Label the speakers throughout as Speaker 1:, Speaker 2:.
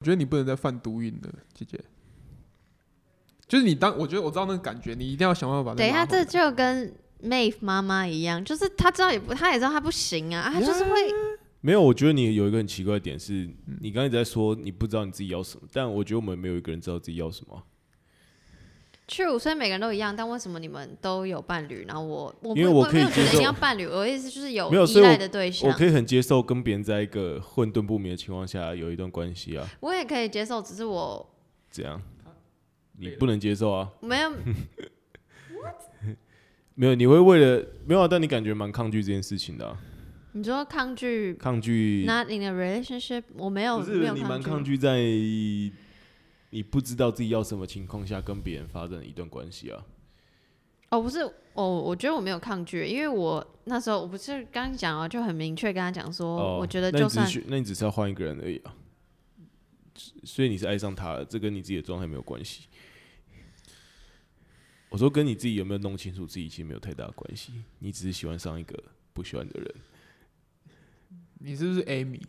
Speaker 1: 我觉得你不能再犯毒瘾了，姐姐。就是你当我觉得我知道那个感觉，你一定要想办法把它
Speaker 2: 等一下，
Speaker 1: 拉回来
Speaker 2: 这就跟 Maeve 妈妈一样，就是她知道也不，她也知道她不行啊，啊她就是会
Speaker 3: 没有，我觉得你有一个很奇怪的点是，
Speaker 2: 嗯
Speaker 3: 你刚才一直在说你不知道你自己要什么，但我觉得我们没有一个人知道自己要什么啊。
Speaker 2: true，所以每个人都一样，但为什么你们都有伴侣，然后我我不
Speaker 3: 因为
Speaker 2: 我
Speaker 3: 我可
Speaker 2: 没
Speaker 3: 以
Speaker 2: 有觉得一
Speaker 3: 接受
Speaker 2: 定要伴侣，我的意思就是有
Speaker 3: 没有
Speaker 2: 依
Speaker 3: 所以
Speaker 2: 赖的对象
Speaker 3: 我，可以很接受跟别人在一个混沌不明的情况下有一段关系啊，
Speaker 2: 我也可以接受，只是我
Speaker 3: 这样
Speaker 2: 啊
Speaker 3: 你不能接受啊？
Speaker 2: 没有
Speaker 3: 没有，你会为了没有、啊，但你感觉蛮抗拒这件事情的啊、
Speaker 2: 你说抗拒
Speaker 3: 抗拒
Speaker 2: not in a relationship，我没有
Speaker 3: 不
Speaker 2: 没
Speaker 3: 是
Speaker 2: 有
Speaker 3: 你蛮
Speaker 2: 抗
Speaker 3: 抗拒在你不知道自己要什么情况下跟别人发展一段关系啊？
Speaker 2: 哦，不是，哦，我觉得我没有抗拒，因为我那时候我不是刚讲啊，就很明确跟他讲说，
Speaker 3: 哦，
Speaker 2: 我觉得
Speaker 3: 那你
Speaker 2: 就
Speaker 3: 只
Speaker 2: 算
Speaker 3: 是去那你只是要换一个人而已啊，所以你是爱上他了，这跟你自己的状态没有关系。我说跟你自己有没有弄清楚自己其实没有太大的关系，你只是喜欢上一个不喜欢的人。
Speaker 1: 你是不是 Amy？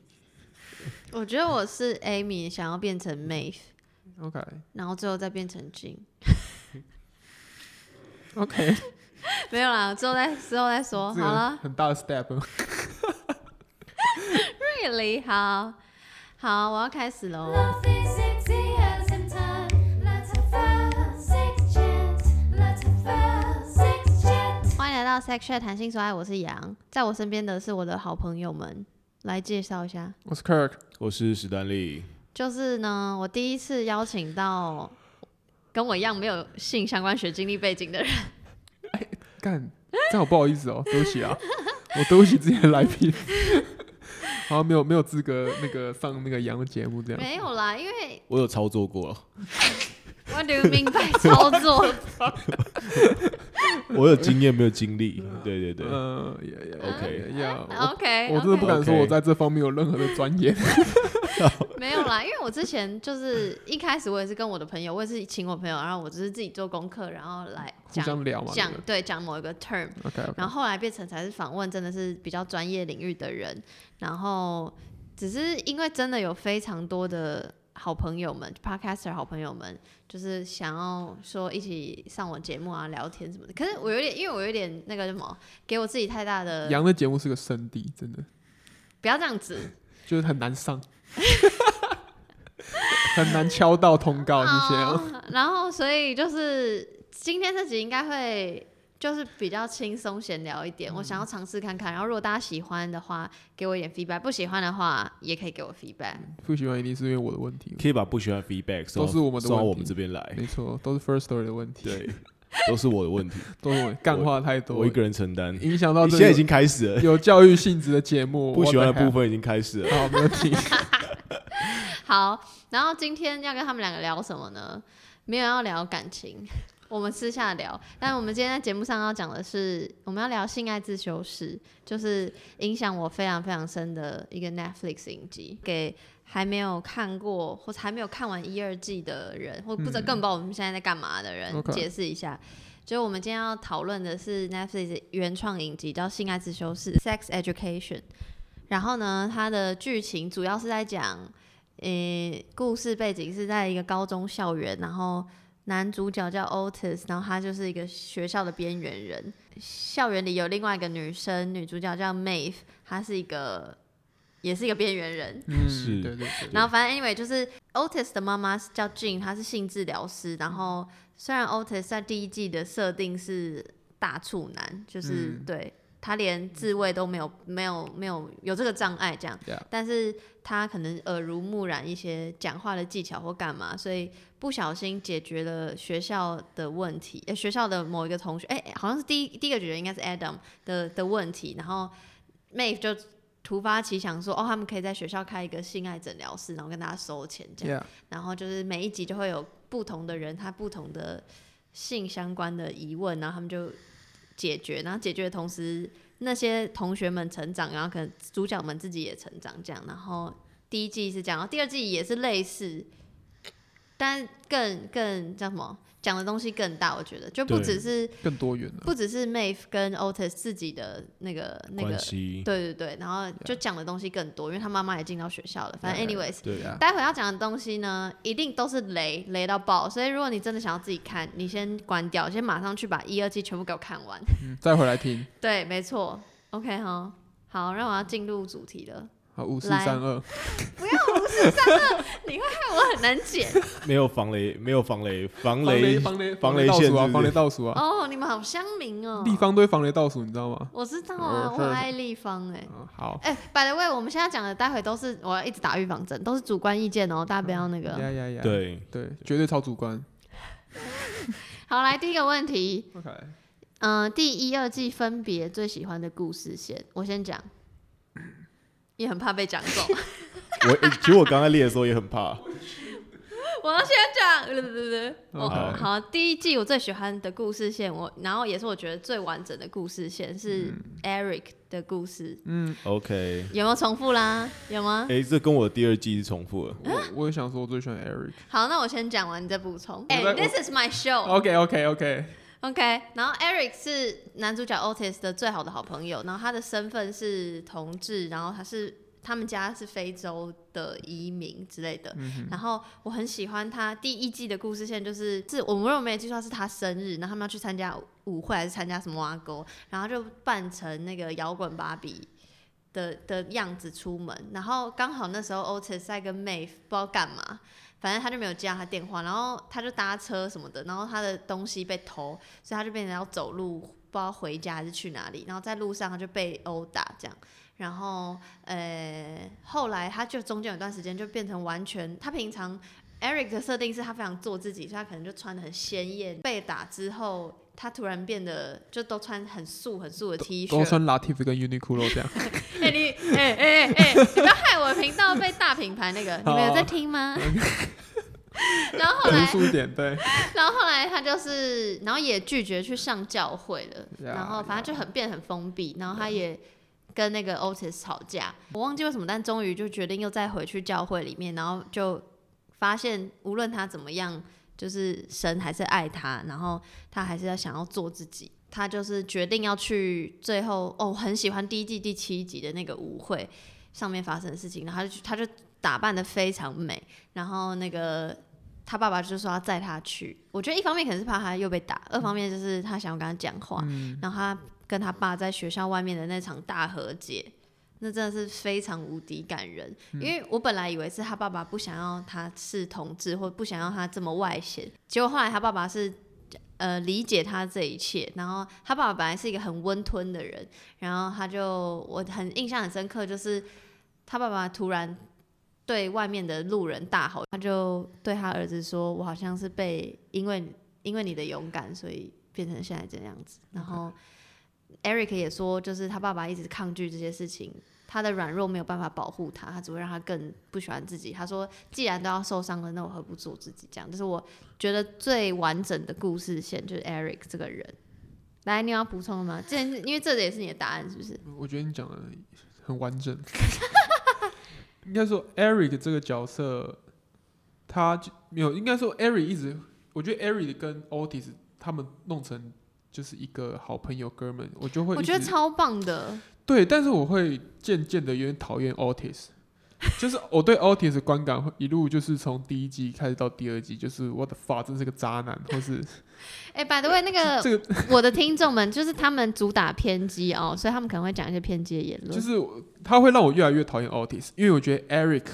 Speaker 2: 我觉得我是 Amy 想要变成 Maeve，
Speaker 1: OK
Speaker 2: 然后最后再变成 Jin，
Speaker 1: OK，
Speaker 2: 没有啦，之后再之后再说，哦好啊了
Speaker 1: 很大的 step。
Speaker 2: ，Really 好，好，我要开始哦喽。
Speaker 4: Love is easy as in time. Let's have a six chance. Let's have a six chance.
Speaker 2: 欢迎来到 Sex Chat 谈性说爱，我是杨，在我身边的是我的好朋友们，来介绍一下，
Speaker 1: 我是 Kirk，
Speaker 3: 我是史丹利，
Speaker 2: 就是呢，我第一次邀请到跟我一样没有性相关学经历背景的人。
Speaker 1: 干，这好不好意思哦， 对不起啊，我对不起自己的来宾。 好像没有没有资格那个上那个杨的节目这样。
Speaker 2: 没有啦，因为
Speaker 3: 我有操作过了，
Speaker 2: 我 do you mean by 操作？
Speaker 3: 我有经验没有经历，对对对，
Speaker 1: 呃，也也
Speaker 3: OK
Speaker 1: 也 我
Speaker 2: 哎 OK，
Speaker 1: 我真的不敢说
Speaker 3: OK
Speaker 1: 我在这方面有任何的专业。
Speaker 2: 没有啦，因为我之前就是一开始我也是跟我的朋友，我也是请我朋友，然后我只是自己做功课，然后来
Speaker 1: 互
Speaker 2: 讲
Speaker 1: 相聊嘛。
Speaker 2: 讲对讲某一个 term，
Speaker 1: OK OK，
Speaker 2: 然后后来变成才是访问，真的是比较专业领域的人，然后只是因为真的有非常多的。好朋友们，podcaster 好朋友们，就是想要说一起上我节目啊，聊天什么的。可是我有点，因为我有点那个什么，给我自己太大的，
Speaker 1: 杨的节目是个圣地，真的
Speaker 2: 不要这样子，
Speaker 1: 就是很难上， 很难敲到通告这些哦。
Speaker 2: 哦然后，所以就是今天这集应该会就是比较轻松闲聊一点，我想要尝试看看。然后，如果大家喜欢的话，给我一点 feedback；不喜欢的话，也可以给我 feedback。
Speaker 1: 不喜欢一定是因为我的问题，
Speaker 3: 可以把不喜欢的 feedback 送
Speaker 1: 都是我们的
Speaker 3: 送到
Speaker 1: 问
Speaker 3: 我
Speaker 1: 题
Speaker 3: 们这边来，
Speaker 1: 没错，都是 first story 的问题，
Speaker 3: 对，都是我的问题，
Speaker 1: 都是我干话太多，
Speaker 3: 我一个人承担。
Speaker 1: 影响到
Speaker 3: 你
Speaker 1: 这
Speaker 3: 现
Speaker 1: 个
Speaker 3: 在已经开始 了，
Speaker 1: 有教育性质的节 目，
Speaker 3: 不喜欢的
Speaker 1: what the
Speaker 3: 部分已经开始了
Speaker 1: heck。好 没问 题。
Speaker 2: 好，然后今天要跟他们两个聊什么呢？没有要聊感情，我们私下聊。但我们今天在节目上要讲的是，我们要聊性爱自修室，就是影响我非常非常深的一个 Netflix 影集，给还没有看过或者还没有看完一二季的人，或不知道
Speaker 1: 嗯
Speaker 2: 更不知道我们现在在干嘛的人，
Speaker 1: OK
Speaker 2: 解释一下。就我们今天要讨论的是 Netflix 原创影集叫《性爱自修室》（Sex Education）。然后呢，它的剧情主要是在讲，呃，故事背景是在一个高中校园，然后男主角叫 Otis，然后他就是一个学校的边缘人。校园里有另外一个女生，女主角叫 Maeve，她是一个，也是一个边缘人。
Speaker 1: 嗯，
Speaker 3: 是
Speaker 1: 对对对。
Speaker 2: 然后反正 anyway 就是 Otis 的妈妈是叫 Jean，她是性治疗师。然后虽然 Otis 在第一季的设定是大处男，就是、
Speaker 1: 嗯
Speaker 2: 对他连自慰都没有没有没有有这个障碍这样
Speaker 1: Yeah
Speaker 2: 但是他可能耳濡目染一些讲话的技巧或干嘛，所以不小心解决了学校的问题，呃，学校的某一个同学，哎、好像是第一第一个解决应该是 Adam 的的问题，然后 Maeve 就突发奇想说，哦，他们可以在学校开一个性爱诊疗室，然后跟大家收钱这样，
Speaker 1: Yeah，
Speaker 2: 然后就是每一集就会有不同的人，他不同的性相关的疑问，然后他们就解决，然后解决的同时，那些同学们成长，然后可能主角们自己也成长这样，然后第一季是这样，然后第二季也是类似，但更更叫什么？讲的东西更大，我觉得就不
Speaker 3: 对嗯
Speaker 2: 只是
Speaker 1: 更多元了、
Speaker 2: 不只是 Mave 跟 Otis 自己的那个那个
Speaker 3: 关，系，
Speaker 2: 对对对，然后就讲的东西更多，因为他妈妈也进到学校了。反正
Speaker 1: Yeah.
Speaker 2: anyways，
Speaker 3: 对
Speaker 1: 啊，
Speaker 2: 待会要讲的东西呢，一定都是雷雷到爆，所以如果你真的想要自己看，你先关掉，先马上去把一二季全部给我看 完。
Speaker 1: 嗯，再回来听。
Speaker 2: 对，没错，OK 哈，好，让我要进入主题了，
Speaker 1: 好，五四
Speaker 2: 来
Speaker 1: 三二，
Speaker 2: 害我 很难剪
Speaker 3: 没有防雷，没有防雷，防
Speaker 1: 防雷
Speaker 3: 雷，
Speaker 1: 防雷
Speaker 3: 防
Speaker 1: 雷
Speaker 3: 雷
Speaker 1: 倒
Speaker 3: 线
Speaker 1: 数啊，
Speaker 3: 是不是
Speaker 1: 防雷倒数啊，
Speaker 2: 哦，你们好乡民哦，
Speaker 1: 立方都会防雷倒数，你知道吗？
Speaker 2: 我知道啊，
Speaker 1: 哦
Speaker 2: 我
Speaker 1: 是
Speaker 2: 很爱立方哎、
Speaker 1: 嗯，好，
Speaker 2: 哎、b y the way，我们现在讲的待会都是我要一直打预防针，都是主观意见哦，大家不要那个。
Speaker 1: 呀呀呀，
Speaker 3: 对，
Speaker 1: 对，绝对超主观。
Speaker 2: 好，来第一个问题，
Speaker 1: OK，
Speaker 2: 嗯、第一、二季分别最喜欢的故事线，我先讲，也很怕被讲中。
Speaker 3: 我、欸其实我刚才列的时候也很怕，
Speaker 2: 我要先讲，对对对，我
Speaker 1: OK
Speaker 2: 好，第一季我最喜欢的故事线，我然后也是我觉得最完整的故事线是 Eric 的故事，
Speaker 1: 嗯，
Speaker 3: OK，
Speaker 2: 有没有重复啦？有吗？
Speaker 3: 哎、这跟我第二季是重复的。
Speaker 1: 我我也想说，我最喜欢 Eric。
Speaker 2: 好，那我先讲完，你再补充。
Speaker 1: 我
Speaker 2: 哎、
Speaker 1: 在我
Speaker 2: t h i s is my show，OK、
Speaker 1: OK OK OK，
Speaker 2: 然后 Eric 是男主角 Otis 的最好的好朋友，然后他的身份是同志，然后他是他们家是非洲的移民之类的。
Speaker 1: 嗯哼，
Speaker 2: 然后我很喜欢他第一季的故事线，就是是我们如果没有记错是他生日，然后他们要去参加舞会还是参加什么挖沟，然后就扮成那个摇滚芭比的的样子出门，然后刚好那时候 Otis 在跟 Mae 不知道干嘛，反正他就没有接到他电话，然后他就搭车什么的，然后他的东西被偷，所以他就变成要走路。不知道回家还是去哪里，然后在路上他就被殴打这样，然后呃，后来他就中间有段时间就变成完全，他平常 Eric 的设定是他非常做自己，所以他可能就穿的很鲜艳。被打之后，他突然变得就都穿很素很素的 T
Speaker 1: 都
Speaker 2: 恤。
Speaker 1: 穿 Latif 跟 Uniqlo 这样。
Speaker 2: 哎、你哎哎哎，你不要害我的频道被大品牌那个，你们有在听吗？然后后
Speaker 1: 严
Speaker 2: 来，
Speaker 1: 肃一点，对，
Speaker 2: 然后后来他就是，然后也拒绝去上教会了
Speaker 1: Yeah,
Speaker 2: 然后反正就很变得很封闭，然后他也跟那个 Otis 吵架，我忘记为什么，但终于就决定又再回去教会里面，然后就发现无论他怎么样，就是神还是爱他，然后他还是要想要做自己。他就是决定要去最后哦，我很喜欢第一季第七集的那个舞会上面发生的事情，然后他就去他就打扮的非常美，然后那个他爸爸就说要载他去。我觉得一方面可能是怕他又被打，二方面就是他想要跟他讲话，然后他跟他爸在学校外面的那场大和解。那真的是非常无敌感人，因为我本来以为是他爸爸不想要他是同志，或不想要他这么外显，结果后来他爸爸是呃理解他这一切，然后他爸爸本来是一个很温吞的人，然后他就我很印象很深刻，就是他爸爸突然对外面的路人大吼，他就对他儿子说：“我好像是被因为因为你的勇敢，所以变成现在这样子。”然后 Eric 也说，就是他爸爸一直抗拒这些事情，他的软弱没有办法保护他，他只会让他更不喜欢自己。他说：“既然都要受伤了，那我何不做自己？”这样，这是我觉得最完整的故事线，就是 Eric 这个人。来，你有要补充的吗？这因为这也是你的答案，是不是？
Speaker 1: 我觉得你讲的很完整。 应该说 Eric 这个角色，他就没有，应该说 Eric 一直，我觉得 Eric 跟 Otis 他们弄成就是一个好朋友哥们，我就会
Speaker 2: 我
Speaker 1: 一
Speaker 2: 觉得
Speaker 1: 直
Speaker 2: 超棒的。
Speaker 1: 对，但是我会渐渐的有点讨厌 Otis，就是我对 Otis 的观感会一路就是从第一季开始到第二季，就是我的 fuck 真是个渣男，或是
Speaker 2: 哎、b y the way，那个
Speaker 1: 这个
Speaker 2: 我的听众们就是他们主打偏激哦，所以他们可能会讲一些偏激的言论。
Speaker 1: 就是我他会让我越来越讨厌 Otis，因为我觉得 Eric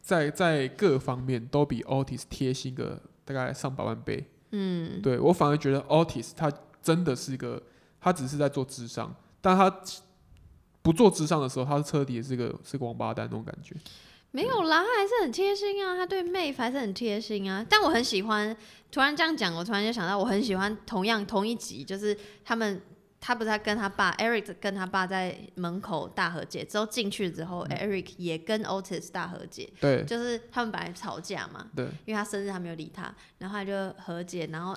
Speaker 1: 在在各方面都比 Otis 贴心个大概上百万倍。
Speaker 2: 嗯，
Speaker 1: 对我反而觉得 Otis 他真的是一个，他只是在做智商，但他不做智商的时候，他彻底也是个是个王八蛋那种感觉。
Speaker 2: 没有啦，他还是很贴心啊，他对妹还是很贴心啊。但我很喜欢，突然这样讲，我突然就想到，我很喜欢同样同一集，就是他们。他不是他跟他爸 Eric 跟他爸在门口大和解之后进去之后、e r i c 也跟 Otis 大和解，
Speaker 1: 对
Speaker 2: 就是他们本来吵架嘛，
Speaker 1: 对，
Speaker 2: 因为他生日他没有理他，然后他就和解，然后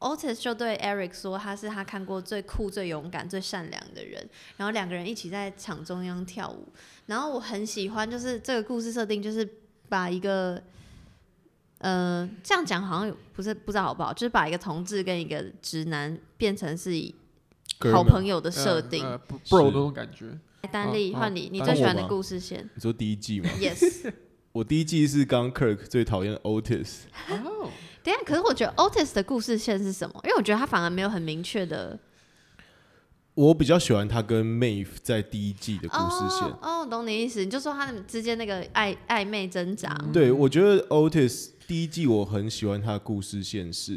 Speaker 2: Otis 就对 Eric 说他是他看过最酷、最勇敢、最善良的人，然后两个人一起在场中央跳舞，然后我很喜欢，就是这个故事设定就是把一个呃，这样讲好像有不是不知道好不好，就是把一个同志跟一个直男变成是以
Speaker 3: 哥
Speaker 2: 好
Speaker 3: 们
Speaker 2: 朋友的设定。
Speaker 1: 呃呃不 bro 的那种感觉。
Speaker 2: 丹丽
Speaker 1: 啊
Speaker 2: 换你，你
Speaker 1: 丹
Speaker 2: 最
Speaker 3: 丽
Speaker 2: 喜欢
Speaker 3: 我
Speaker 2: 的
Speaker 3: 吗
Speaker 2: 故事线
Speaker 3: 你说第一季嘛，
Speaker 2: ？Yes。
Speaker 3: 我第一季是刚 Kirk 最讨厌的 Otis，
Speaker 1: 哦，
Speaker 2: 等一下，可是我觉得 Otis 的故事线是什么？因为我觉得他反而没有很明确的
Speaker 3: 我比较喜欢他跟 Maeve 在第一季的故事线。
Speaker 2: 哦，哦懂你意思，你就说他们之间那个暧暧昧挣扎。
Speaker 3: 对，我觉得 Otis 第一季我很喜欢他的故事线是，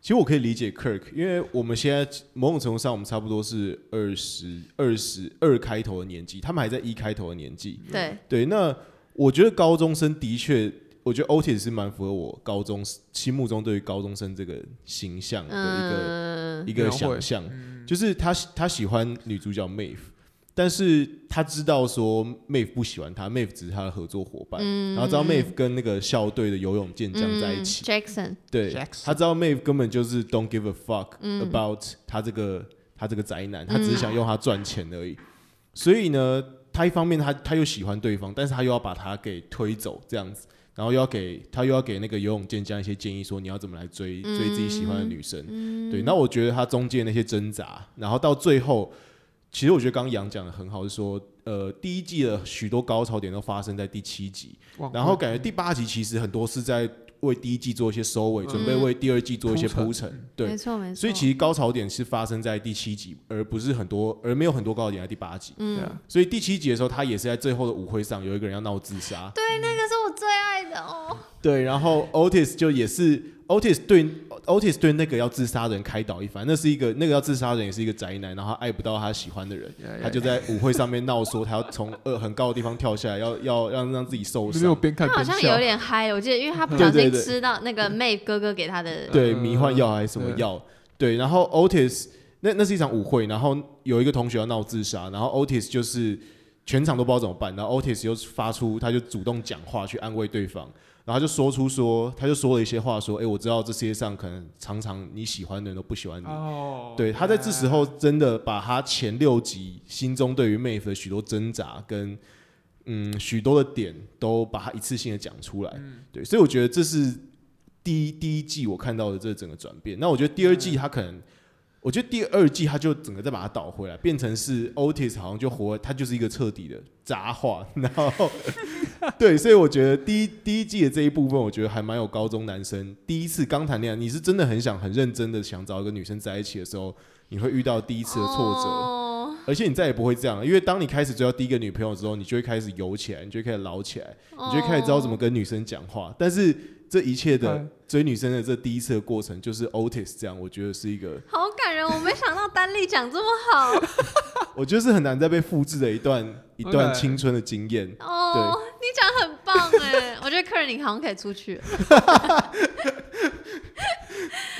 Speaker 3: 其实我可以理解 Kirk，因为我们现在某种程度上我们差不多是二十二十二开头的年纪，他们还在一开头的年纪。
Speaker 2: 对，
Speaker 3: 对，那我觉得高中生的确，我觉得 Otis 是蛮符合我高中心目中对于高中生这个形象的一个、
Speaker 2: 嗯，
Speaker 3: 一个
Speaker 1: 描绘
Speaker 3: 想象，
Speaker 1: 嗯
Speaker 3: 就是他喜他喜欢女主角 Maeve，但是他知道说 Maeve 不喜欢他，Maeve 只是他的合作伙伴，
Speaker 2: 嗯
Speaker 3: 然后知道 Maeve 跟那个校队的游泳健将在一
Speaker 2: 嗯
Speaker 3: 起，
Speaker 2: Jackson，
Speaker 3: 对
Speaker 1: Jackson，
Speaker 3: 他知道 Maeve 根本就是 don't give a fuck about 他这个他这个宅男，他只是想用他赚钱而已，所以呢，他一方面他他又喜欢对方，但是他又要把他给推走这样子。然后又要给他又要给那个游泳健将一些建议，说你要怎么来追追自己喜欢的女生。对，那我觉得他中间那些挣扎，然后到最后，其实我觉得刚刚杨讲的很好，是说，呃，第一季的许多高潮点都发生在第七集，
Speaker 1: 忘啊
Speaker 3: 然后感觉第八集其实很多是在为第一季做一些收尾，准备为第二季做一些铺陈。对
Speaker 2: 没，错没错。
Speaker 3: 所以其实高潮点是发生在第七集，而不是很多，而没有很多高潮点在第八集。
Speaker 2: 嗯
Speaker 1: 对啊
Speaker 3: 所以第七集的时候，他也是在最后的舞会上有一个人要闹自杀，
Speaker 2: 对，那个是我最爱的哦。
Speaker 3: 对，然后 Otis 就也是 Otis 对 Otis 对那个要自杀的人开导一番，那是一个那个要自杀的人也是一个宅男，然后他爱不到他喜欢的人
Speaker 1: Yeah, yeah,
Speaker 3: 他就在舞会上面闹说他要从呃很高的地方跳下来，要要让让自己受
Speaker 1: 没有
Speaker 3: 伤，
Speaker 1: 边看
Speaker 2: 他好
Speaker 1: 边
Speaker 2: 像
Speaker 1: 笑
Speaker 2: 有。点嗨了，我记得，因为他不
Speaker 3: 对
Speaker 2: 小
Speaker 3: 对
Speaker 2: 心
Speaker 3: 对
Speaker 2: 吃到那个妹哥哥给他的，
Speaker 3: 对
Speaker 1: 呃
Speaker 3: 迷幻药还是什么
Speaker 1: 对
Speaker 3: 药，对，然后 Otis 那那是一场舞会，然后有一个同学要闹自杀，然后 Otis 就是全场都不知道怎么办，然后 Otis 又发出他就主动讲话去安慰对方，然后他就说出说他就说了一些话说，哎、我知道这世界上可能常常你喜欢的人都不喜欢你。
Speaker 1: 哦，
Speaker 3: 对，他在这时候
Speaker 1: 哎
Speaker 3: 真的把他前六集心中对于 Mave 的许多挣扎跟嗯许多的点都把它一次性的讲出来，对，所以我觉得这是第一第一季我看到的这整个转变。那我觉得第二季他可能，我觉得第二季他就整个再把它倒回来，变成是 Otis 好像就活，他就是一个彻底的杂话，然后对，所以我觉得第一第一季的这一部分，我觉得还蛮有高中男生第一次刚谈恋爱，你是真的很想很认真的想找一个女生在一起的时候，你会遇到第一次的挫折。
Speaker 2: 哦
Speaker 3: 而且你再也不会这样了，因为当你开始追到第一个女朋友之后，你就会开始游起来，你就会开始老起来，
Speaker 2: 哦
Speaker 3: 你就会开始知道怎么跟女生讲话。但是这一切的
Speaker 1: 嗯
Speaker 3: 追女生的这第一次的过程，就是 Otis 这样，我觉得是一个，
Speaker 2: 好感人，我没想到丹丽讲这么好
Speaker 3: 我觉得是很难再被复制的一段一段
Speaker 1: OK
Speaker 3: 青春的经验。
Speaker 2: 哦，你讲很棒哎，我觉得客人你好像可以出去了，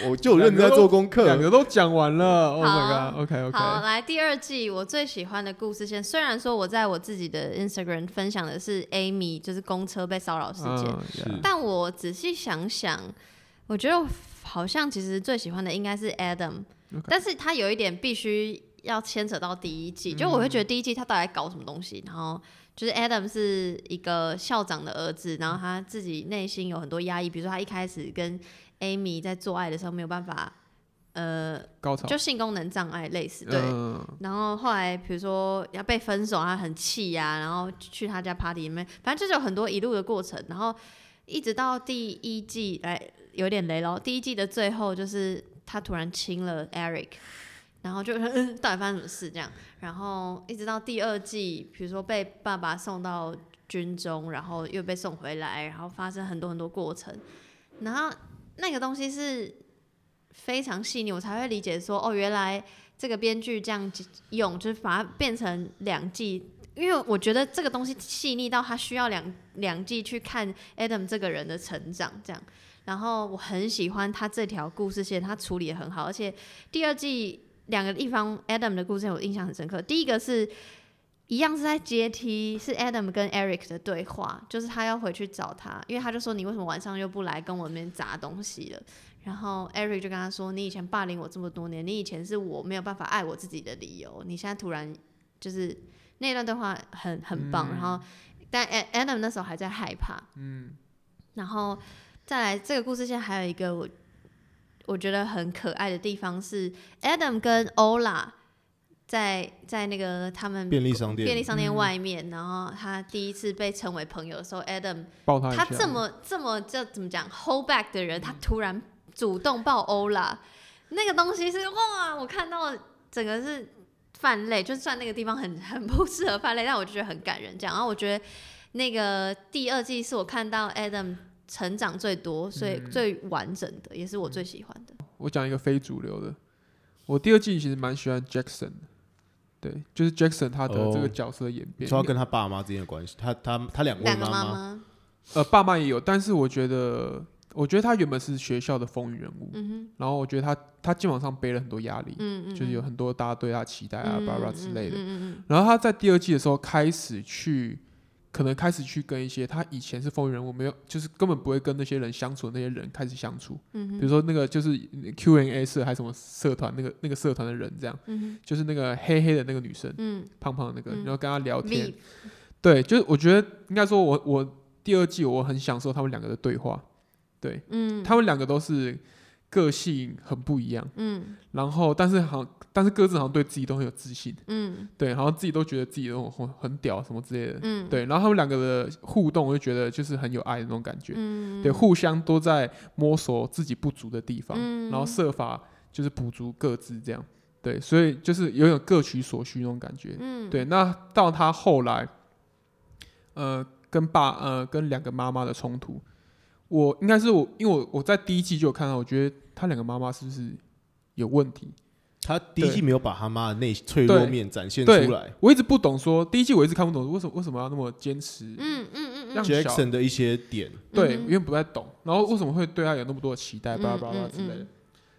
Speaker 3: 我就有认真在做功
Speaker 1: 两
Speaker 3: 课，
Speaker 1: 个都讲完了。Oh
Speaker 2: 好
Speaker 1: my god，OK OK，
Speaker 2: 好，来第二季我最喜欢的故事线，虽然说我在我自己的 Instagram 分享的是 Amy 就是公车被骚扰事件，
Speaker 1: 嗯
Speaker 3: 是
Speaker 1: yeah
Speaker 2: 但我仔细想想，我觉得好像其实最喜欢的应该是 Adam，、
Speaker 1: OK
Speaker 2: 但是他有一点必须要牵扯到第一
Speaker 1: 嗯
Speaker 2: 季，就我会觉得第一季他到底在搞什么东西，然后。就是 Adam 是一个校长的儿子，然后他自己内心有很多压抑，比如说他一开始跟 Amy 在做爱的时候没有办法，呃，
Speaker 1: 高潮
Speaker 2: 就性功能障碍类似，对，
Speaker 1: 嗯
Speaker 2: 然后后来比如说要被分手，他很气呀、然后去他家 party 里面，反正就是有很多一路的过程，然后一直到第一季，哎，有点雷咯，第一季的最后就是他突然亲了 Eric，然后就、嗯、到底发生什么事这样，然后一直到第二季，比如说被爸爸送到军中，然后又被送回来，然后发生很多很多过程，然后那个东西是非常细腻，我才会理解说哦，原来这个编剧这样用，就是把它变成两季。因为我觉得这个东西细腻到它需要两两季去看 Adam 这个人的成长，这样。然后我很喜欢他这条故事线，他处理的很好，而且第二季两个地方 Adam 的故事线我印象很深刻。第一个是一样是在阶梯，是 Adam 跟 Eric 的对话，就是他要回去找他，因为他就说你为什么晚上又不来跟我那边砸东西了？然后 Eric 就跟他说：“你以前霸凌我这么多年，你以前是我没有办法爱我自己的理由，你现在突然就是那段对话很很棒。然后，但 A- Adam 那时候还在害怕，嗯，然后。再来，这个故事线还有一个我我觉得很可爱的地方是，Adam 跟 Ola 在在那个他们
Speaker 3: 便利商店，
Speaker 2: 便利商店
Speaker 1: 嗯
Speaker 2: 外面，然后他第一次被称为朋友的时候，Adam
Speaker 1: 抱他一下。
Speaker 2: 他这么这么这怎么讲 hold back 的人，他突然主动抱欧啦，那个东西是哇，我看到整个是泛泪，就算那个地方很很不适合泛泪，但我就觉得很感人。这样，然后我觉得那个第二季是我看到 Adam 成长最多，所以
Speaker 1: 嗯
Speaker 2: 最完整的，也是我最喜欢的。
Speaker 1: 我讲一个非主流的，我第二季其实蛮喜欢 Jackson 的，对，就是 Jackson 他的这
Speaker 3: 哦
Speaker 1: 个角色的演
Speaker 3: 你
Speaker 1: 变。
Speaker 3: 说他跟他爸妈之间的关系，他他他两位
Speaker 2: 两个
Speaker 3: 妈
Speaker 2: 妈，
Speaker 1: 呃，爸妈也有，但是我觉得，我觉得他原本是学校的风云人物，
Speaker 2: 嗯
Speaker 1: 然后我觉得他他基本上背了很多压力
Speaker 2: 哼，，嗯嗯，
Speaker 1: 就是有很多大家对他期待啊、巴拉巴拉之类的。
Speaker 2: 嗯嗯嗯
Speaker 1: 然后他在第二季的时候开始去，可能开始去跟一些他以前是风云人物，没有就是根本不会跟那些人相处的那些人开始相处。
Speaker 2: 嗯
Speaker 1: 比
Speaker 2: 哼
Speaker 1: 如说那个就是 Q&A 社还是什么社团，那个那个社团的人这样，
Speaker 2: 嗯
Speaker 1: 就是那个黑黑的那个女生，
Speaker 2: 嗯
Speaker 1: 胖胖的那个，
Speaker 2: 嗯
Speaker 1: 然后跟他聊
Speaker 2: 嗯
Speaker 1: 天。
Speaker 2: ，V
Speaker 1: 对，就是我觉得应该说我我第二季我很享受他们两个的对话，
Speaker 2: 嗯
Speaker 1: 他们两个都是个性很不一样，
Speaker 2: 嗯
Speaker 1: 然后但是好像但是各自好像对自己都很有自信，
Speaker 2: 嗯
Speaker 1: 对，好像自己都觉得自己都很很屌什么之类的，
Speaker 2: 嗯，
Speaker 1: 对，然后他们两个的互动，我就觉得就是很有爱的那种感觉，
Speaker 2: 嗯，
Speaker 1: 对，互相都在摸索自己不足的地方，
Speaker 2: 嗯
Speaker 1: 然后设法就是补足各自这样，对，所以就是有点各取所需那种感觉，
Speaker 2: 嗯，
Speaker 1: 对，那到他后来，呃，跟爸呃跟两个妈妈的冲突，我应该是我，因为我我在第一季就有看到，我觉得他两个妈妈是不是有问题？
Speaker 3: 他第一季
Speaker 1: 对
Speaker 3: 没有把他妈的内脆弱
Speaker 1: 对
Speaker 3: 面展现出
Speaker 1: 对
Speaker 3: 来
Speaker 1: 我一直不懂说，第一季我一直看不懂为什么为什么要那么坚持，
Speaker 2: 嗯嗯嗯
Speaker 1: 让
Speaker 2: 嗯，
Speaker 1: 小
Speaker 3: ，Jackson 的一些点，
Speaker 1: 对，
Speaker 2: 嗯
Speaker 1: 因为不太懂，然后为什么会对他有那么多的期待，巴拉巴拉巴拉
Speaker 2: 嗯嗯
Speaker 1: 之类的
Speaker 2: 嗯。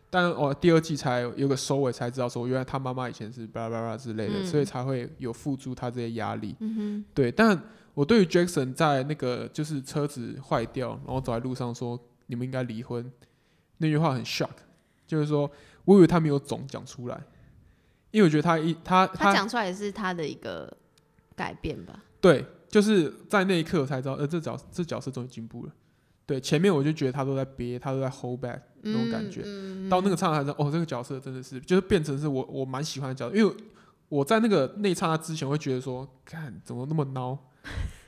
Speaker 1: 但我、哦、第二季才有个收尾，才知道说原来他妈妈以前是巴拉巴拉之类的，
Speaker 2: 嗯
Speaker 1: 所以才会有付诸他这些压力。
Speaker 2: 嗯
Speaker 1: 对，但我对于 Jackson 在那个就是车子坏掉，然后走在路上说你们应该离婚那句话很 shock，就是说我以为他没有总讲出来，因为我觉得他一他
Speaker 2: 哼，他
Speaker 1: 他
Speaker 2: 讲出来也是他的一个改变吧。
Speaker 1: 对，就是在那一刻我才知道，呃，这角这角色终于进步了。对，前面我就觉得他都在憋，他都在 hold back 那种感觉，
Speaker 2: 嗯
Speaker 1: 到那个刹那才知道，哦，这个角色真的是就是变成是我我蛮喜欢的角色，因为我在那个那一刹那之前，我会觉得说，看怎么那么孬，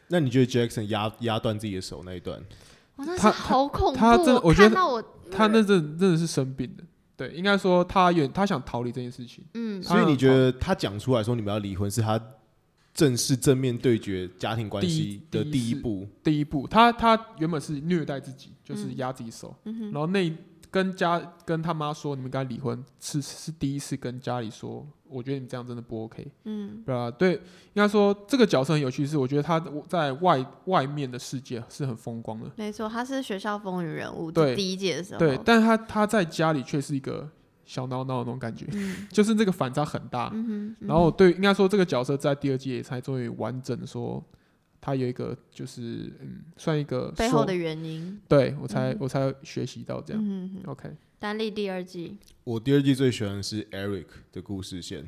Speaker 3: 那你觉得 Jackson 压压断自己的手那一段，
Speaker 2: 哇，那是
Speaker 1: 他
Speaker 2: 好恐怖，哦
Speaker 1: 他真的我觉得
Speaker 2: 看到我，
Speaker 1: 他那阵真的是生病的，对，应该说他有他想逃离这件事情，
Speaker 2: 嗯
Speaker 1: 他
Speaker 3: 所以你觉得他讲出来说你们要离婚，是他正式正面对决家庭关系
Speaker 1: 第一第一
Speaker 3: 的第一
Speaker 1: 次
Speaker 3: 步？
Speaker 1: 第一步，他他原本是虐待自己，就是
Speaker 2: 嗯
Speaker 1: 压自己手，
Speaker 2: 嗯哼
Speaker 1: 然后那跟家跟他妈说你们跟他离婚，是是第一次跟家里说，我觉得你这样真的不 OK，
Speaker 2: 嗯
Speaker 1: 对吧？对，应该说这个角色很有趣，是我觉得他在外外面的世界是很风光的，
Speaker 2: 没错，他是啊学校风云人物，
Speaker 1: 对
Speaker 2: 第一届的时候，
Speaker 1: 对，但他他在家里却是一个小闹闹的那种感觉，
Speaker 2: 嗯
Speaker 1: 就是这个反差很大，
Speaker 2: 嗯哼，嗯
Speaker 1: 然后对，应该说这个角色在第二季也才终于完整地说，他有一个就是嗯，算一个
Speaker 2: 背后
Speaker 1: 说
Speaker 2: 的原因，
Speaker 1: 对我才、
Speaker 2: 嗯
Speaker 1: 我才学习到这样。
Speaker 2: 嗯哼哼，
Speaker 1: OK，
Speaker 2: 丹立第二季，
Speaker 3: 我第二季最喜欢的是 Eric 的故事线。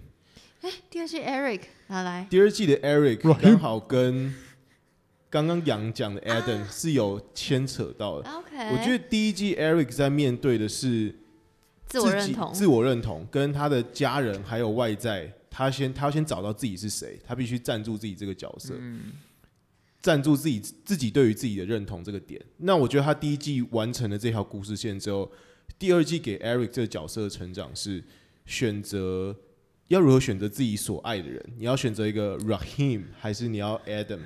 Speaker 2: 第二季 Eric，好来，
Speaker 3: 第二季的 Eric 刚好跟刚刚杨讲的 Adam 是有牵扯到的。
Speaker 2: OK，
Speaker 3: 我觉得第一季 Eric 在面对的是
Speaker 2: 自我认
Speaker 3: 己
Speaker 2: 同，
Speaker 3: 自我认同跟他的家人还有外在，他先他要先找到自己是谁，他必须站住自己这个角色，站住自己自己对于自己的认同这个点。那我觉得他第一季完成了这条故事线之后，第二季给 Eric 这个角色的成长是选择要如何选择自己所爱的人，你要选择一个 Rahim 还是你要 Adam？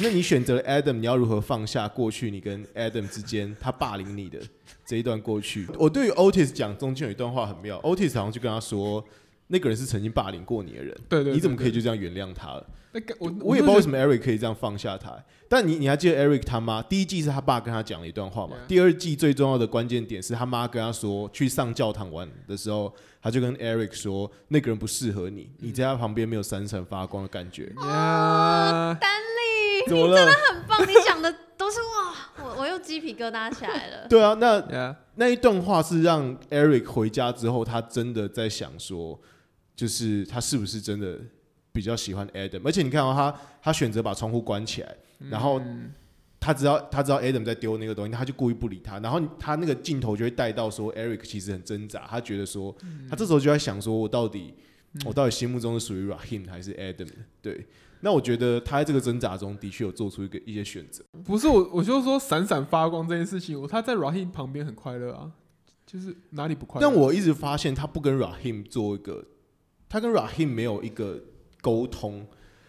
Speaker 3: 那你选择了 Adam，你要如何放下过去你跟 Adam 之间他霸凌你的这一段过去？我对于 Otis 讲中间有一段话很妙，Otis 好像就跟他说，那个人是曾经霸凌过你的人，
Speaker 1: 对对对
Speaker 3: 你怎么可以就这样原谅他了？
Speaker 1: 那个我
Speaker 3: 我也不知道为什
Speaker 1: 么
Speaker 3: 么 Eric 可以这样放下他。但你你还记得 Eric 他妈第一季是他爸跟他讲了一段话嘛
Speaker 1: Yeah
Speaker 3: 第二季最重要的关键点是他妈跟他说去上教堂玩的时候，他就跟 Eric 说那个人不适合你，你在他旁边没有闪闪发光的感觉。
Speaker 1: 呀，
Speaker 2: 丹立
Speaker 3: 怎么了？
Speaker 2: 很棒，你讲的都是哇，我我又鸡皮疙瘩起来了，，
Speaker 3: 对啊，那
Speaker 1: 呀
Speaker 3: 那一段话是让 Eric 回家之后，他真的在想说，就是他是不是真的哦比较喜欢 Adam？而且你看到、他，他选择把窗户关起来，然后
Speaker 1: 嗯
Speaker 3: 他知道他知道 Adam 在丢那个东西，他就故意不理他，然后他那个镜头就会带到说 Eric 其实很挣扎，他觉得说他这时候就在想说，我到底、我到底心目中是属于 Rahim 还是 Adam？对，那我觉得他在这个挣扎中的确有做出一个一些选择。
Speaker 1: 不是我，我就说闪闪发光这件事情，我他在 Rahim 旁边很快乐啊，就是哪里不快乐？啊
Speaker 3: 但我一直发现他不跟 Rahim 做一个，他跟 Rahim 没有一个沟通，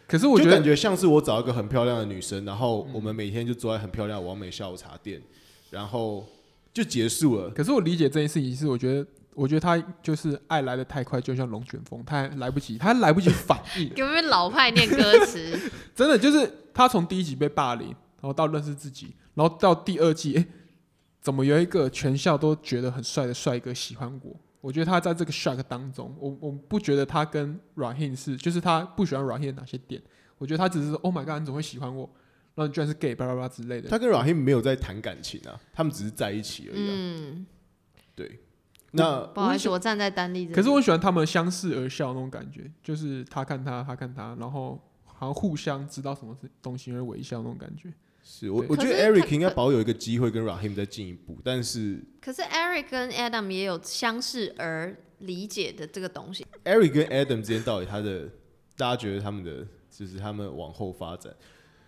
Speaker 1: 可是我觉
Speaker 3: 就感
Speaker 1: 得
Speaker 3: 觉像是我找一个很漂亮的女生，然后我们每天就坐在很漂亮的完美下午茶店，然后就结束了。
Speaker 1: 可是我理解这件事情是，我觉得，我觉得他就是爱来的太快，就像龙卷风，他还来不及，他来不及反应
Speaker 2: 有没有老派念歌 词？
Speaker 1: 真的就是他从第一集被霸凌，然后到认识自己，然后到第二季，诶怎么有一个全校都觉得很帅的帅哥喜欢我？我觉得他在这个 shock 当中，我我不觉得他跟 Rahim 是，就是他不喜欢 Rahim 哪些点，我觉得他只是说 Oh my god，你怎么会喜欢我？然后你居然是 gay，巴拉巴拉之类的。
Speaker 3: 他跟 Rahim 没有在谈感情啊，他们只是在一起而已、啊。
Speaker 2: 嗯，
Speaker 3: 对，那
Speaker 2: 不好意思，我站在单立这边。
Speaker 1: 可是我很喜欢他们相视而笑那种感觉，就是他看他，他看他，然后好像互相知道什么东西而微笑那种感觉。
Speaker 3: 是我
Speaker 1: 对
Speaker 3: 我觉得
Speaker 2: 可是他
Speaker 3: Eric 应该保有一个机会跟 Rahim 再进一步，但是
Speaker 2: 可是 Eric 跟 Adam 也有相似而理解的这个东西，
Speaker 3: Eric 跟 Adam 之间到底他的，大家觉得他们的就是他们往后发展，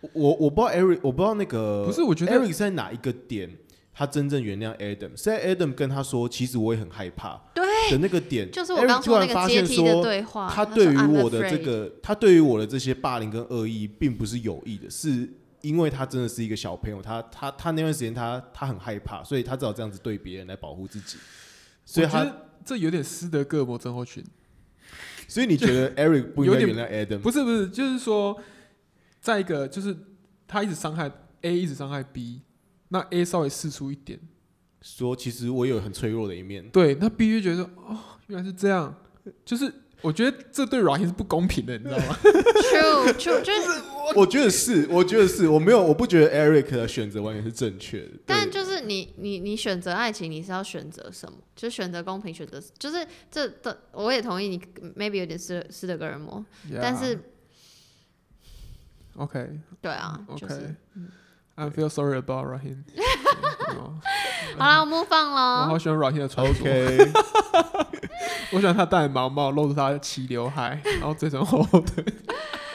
Speaker 3: 我我我不知道 Eric，我不知道那个
Speaker 1: 不是我觉得
Speaker 3: Eric 是在哪一个点，他真正原谅 Adam，是在 Adam 跟他说其实我也很害怕，
Speaker 2: 对
Speaker 3: 的那个点，
Speaker 2: 就是我刚说那
Speaker 3: Eric 突然发
Speaker 2: 个阶
Speaker 3: 现
Speaker 2: 梯的
Speaker 3: 说
Speaker 2: 对话。
Speaker 3: 他
Speaker 2: 说
Speaker 3: 对于
Speaker 2: "I'm
Speaker 3: 我的这
Speaker 2: afraid
Speaker 3: 个，他对于我的这些霸凌跟恶意，并不是有意的，是因为他真的是一个小朋友，他他他那段时间他他很害怕，所以他只好这样子对别人来保护自己。所以
Speaker 1: 我觉
Speaker 3: 他，
Speaker 1: 得这有点斯德哥尔摩症候群，
Speaker 3: 所以你觉得 Eric 不应该
Speaker 1: 有
Speaker 3: 原
Speaker 1: 点
Speaker 3: 谅 Adam？
Speaker 1: 不是不是，就是说，在一个就是他一直伤害 A，一直伤害 B，那 A 稍微试出一点，
Speaker 3: 说其实我有很脆弱的一面，
Speaker 1: 对，那 B 就觉得哦，原来是这样，就是我觉得这对软硬是不公平的，你知道吗？
Speaker 2: true true 就是，
Speaker 3: 我觉得是，我觉得是，我没有，我不觉得 Eric 的选择完全是正确的。对
Speaker 2: 但就是你你你选择爱情，你是要选择什么？就选择公平，选择就是这的，我也同意你 maybe 有点斯斯德哥尔摩，
Speaker 3: 啊
Speaker 2: 但 是
Speaker 1: OK
Speaker 2: 对啊，
Speaker 1: OK，I、
Speaker 2: 就是。
Speaker 1: I feel sorry about Rahim 对。哦
Speaker 2: 好啦，我们放
Speaker 1: 我好
Speaker 2: 喽。
Speaker 1: 喜欢阮性的穿着
Speaker 3: OK，
Speaker 1: 我喜欢他戴毛帽，露出他的齐刘海，然后嘴唇厚厚的。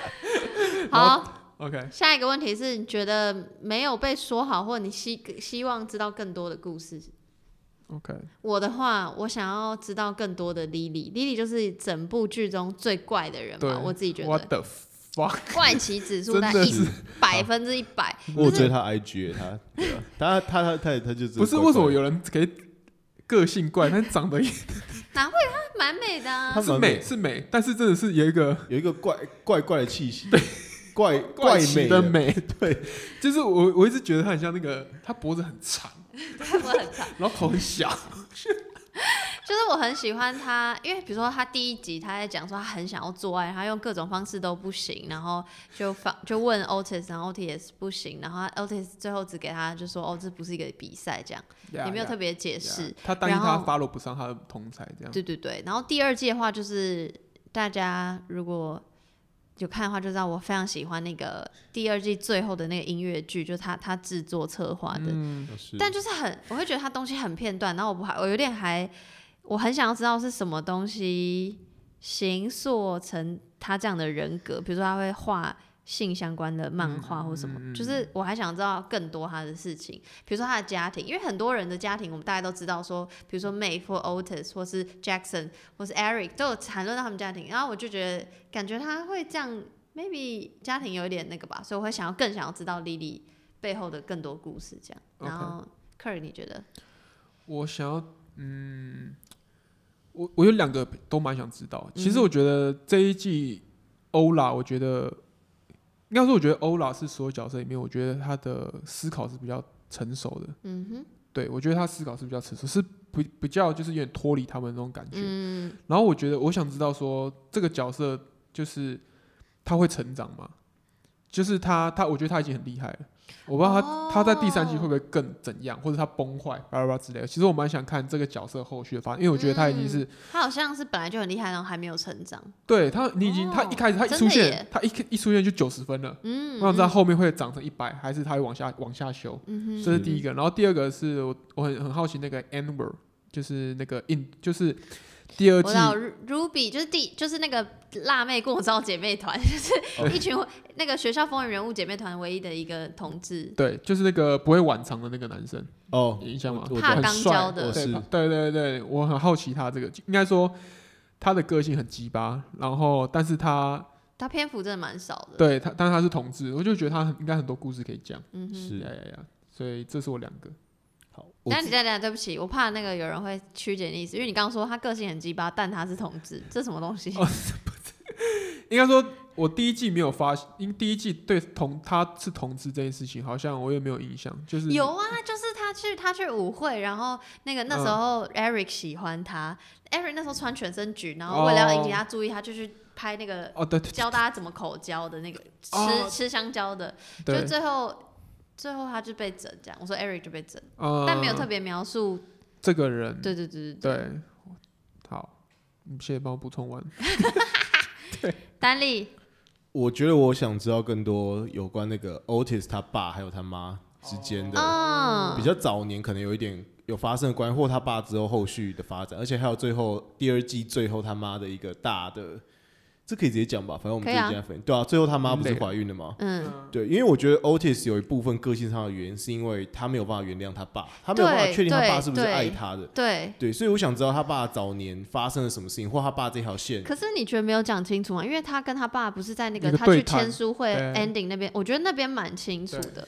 Speaker 2: 好，
Speaker 1: OK，
Speaker 2: 下一个问题是，你觉得没有被说好，或你希希望知道更多的故事
Speaker 1: OK，
Speaker 2: 我的话，我想要知道更多的 Lily。Lily 就是整部剧中最怪的人
Speaker 1: 对
Speaker 2: 嘛，我自己觉
Speaker 1: What
Speaker 2: 得
Speaker 1: the fuck？
Speaker 2: 怪奇指数
Speaker 1: 真
Speaker 2: 在
Speaker 1: 的
Speaker 2: 一
Speaker 1: 是
Speaker 2: 百分之一百，
Speaker 3: 我有
Speaker 2: 就
Speaker 3: 追
Speaker 2: 是
Speaker 3: 他 IG，耶他对啊，他他他他他就真的
Speaker 1: 不是
Speaker 3: 怪怪
Speaker 1: 为什么
Speaker 3: 的
Speaker 1: 有人可以个性怪，但是长 得也
Speaker 2: 她蛮美的啊
Speaker 3: 她。
Speaker 1: 是美是美，但是真的是有一个
Speaker 3: 有一个怪怪怪的气息，对，怪
Speaker 1: 怪
Speaker 3: 美
Speaker 1: 奇的美。对， 就是我我一直觉得他很像那个，他脖子很长，
Speaker 2: 我很长，
Speaker 1: 然后头很小。
Speaker 2: 就是我很喜欢她，因为比如说她第一集她在讲说她很想要做爱，她用各种方式都不行，然后就放就问 Otis，然后 Otis 不行，然后 Otis 最后只给她就说哦这不是一个比赛这样， 也没有特
Speaker 1: 别
Speaker 2: 别解释。
Speaker 1: 啊他担心他
Speaker 2: 然后
Speaker 1: follow 不上他的同才这样。
Speaker 2: 对对对，然后第二季的话，就是大家如果有看的话，就知道我非常喜欢那个第二季最后的那个音乐剧，就是他他制作策划的，
Speaker 1: 嗯，
Speaker 3: 是
Speaker 2: 但就是很我会觉得他东西很片段，然后我不还我有点还我很想要知道是什么东西形塑成他这样的人格，比如说他会画。性相关的漫画或什么，就是我还想知道更多他的事情，比如说他的家庭，因为很多人的家庭，我们大家都知道说，比如说 May 或 Otis 或是 Jackson 或是 Eric 都有谈论到他们家庭，然后我就觉得感觉他会这样，maybe 家庭有一点那个吧，所以我会想要更想要知道 Lily 背后的更多故事这样。
Speaker 1: OK
Speaker 2: 然后 Kerry 你觉得？
Speaker 1: 我想要，嗯，我我有两个都蛮想知
Speaker 2: 嗯
Speaker 1: 道。其实我觉得这一季欧拉，我觉得应该说，我觉得欧拉是所有角色里面，我觉得他的思考是比较成熟的。
Speaker 2: 嗯哼，
Speaker 1: 对我觉得他思考是比较成熟，是不比较就是有点脱离他们那种感觉。
Speaker 2: 嗯，
Speaker 1: 然后我觉得我想知道说这个角色就是他会成长吗？就是他他，我觉得他已经很厉害了。我不知道他、
Speaker 2: 哦
Speaker 1: 他在第三集会不会更怎样，或者他崩坏巴拉巴拉之类的。其实我蛮想看这个角色后续的发展，因为我觉得他已经是、
Speaker 2: 他好像是本来就很厉害，然后还没有成长。
Speaker 1: 对他，你已经、他
Speaker 2: 哦
Speaker 1: 一开始他一
Speaker 2: 真
Speaker 1: 出
Speaker 2: 的
Speaker 1: 现
Speaker 2: 耶，
Speaker 1: 他一一出现就九十分了，
Speaker 2: 嗯，
Speaker 1: 那、知道
Speaker 2: 嗯
Speaker 1: 后面会长成一百，还是他会往下往下修？
Speaker 2: 嗯
Speaker 1: 这
Speaker 2: 哼，
Speaker 1: 是第一个。然后第二个是我我很很好奇那个 Anwer，就是那个印，就是第二
Speaker 2: 我
Speaker 1: 季
Speaker 2: 知道 Ru- Ruby 就是第就是那个辣妹过招姐妹团， 就是一群那个学校风云人物姐妹团唯一的一个同志，
Speaker 1: 对，就是那个不会晚长的那个男生，
Speaker 3: 哦，
Speaker 1: 有印象吗？
Speaker 3: 我
Speaker 2: 怕
Speaker 1: 很
Speaker 2: 刚
Speaker 1: 帅
Speaker 2: 交的
Speaker 3: 我。是
Speaker 1: 对对对对，我很好奇他这个，应该说他的个性很鸡巴，然后但是他
Speaker 2: 他篇幅真的蛮少的。，
Speaker 1: 对他，但是他是同志，我就觉得他很应该很多故事可以讲，
Speaker 2: 嗯哼。
Speaker 3: 是
Speaker 1: 呀呀呀，所以这是我两个，
Speaker 3: 好，我
Speaker 2: 那你等一下，对不起，我怕那个有人会曲解你的意思，因为你刚刚说他个性很鸡巴，但他是同志，这什么东西？
Speaker 1: 哦应该说我第一季没有发，因为第一季对同他是同志这件事情，好像我也没有印象，就是
Speaker 2: 有啊，就是他去他去舞会，然后那个那时
Speaker 1: 嗯
Speaker 2: 候 Eric 喜欢他、e r i c 那时候穿全身橘，然后为了要引起他注意，他就去拍那个
Speaker 1: 哦对对
Speaker 2: 教大家怎么口交的那个吃、
Speaker 1: 哦
Speaker 2: 吃香蕉的，就
Speaker 1: 对，
Speaker 2: 最后最后他就被整这样，我说 Eric 就被整，
Speaker 1: 呃，
Speaker 2: 但没有特别描述，
Speaker 1: 这个人，
Speaker 2: 对对对对对，
Speaker 1: 对，好，你谢谢帮我补充完，
Speaker 2: 丹丽
Speaker 3: 我觉得我想知道更多有关那个 Otis 他爸还有他妈之间的、
Speaker 2: 嗯
Speaker 3: 比较早年可能有一点有发生的关系，或他爸之后后续的发展，而且还有最后第二季最后他妈的一个大的，这可以直接讲吧，反正我们
Speaker 2: 可
Speaker 3: 自
Speaker 2: 以
Speaker 3: 己
Speaker 2: 啊
Speaker 3: 这样分、对啊，最后他妈不
Speaker 1: 累
Speaker 3: 是
Speaker 1: 了
Speaker 3: 怀孕了吗？
Speaker 2: 嗯，
Speaker 3: 对，因为我觉得 Otis 有一部分个性上的原因，是因为他没有办法原谅他爸，他没有办法
Speaker 2: 对
Speaker 3: 确定他
Speaker 2: 对
Speaker 3: 爸是不是
Speaker 2: 对
Speaker 3: 爱他的。
Speaker 2: 对。
Speaker 3: 对，所以我想知道他爸早年发生了什么事情，或他爸这条线
Speaker 2: 可是你觉得没有讲清楚吗？因为他跟他爸不是在那
Speaker 1: 那
Speaker 2: 个
Speaker 1: 个
Speaker 2: 他
Speaker 1: 对
Speaker 2: 去
Speaker 1: 谈
Speaker 2: 签书会
Speaker 1: 对
Speaker 2: ending 那边，我觉得那边蛮清楚的。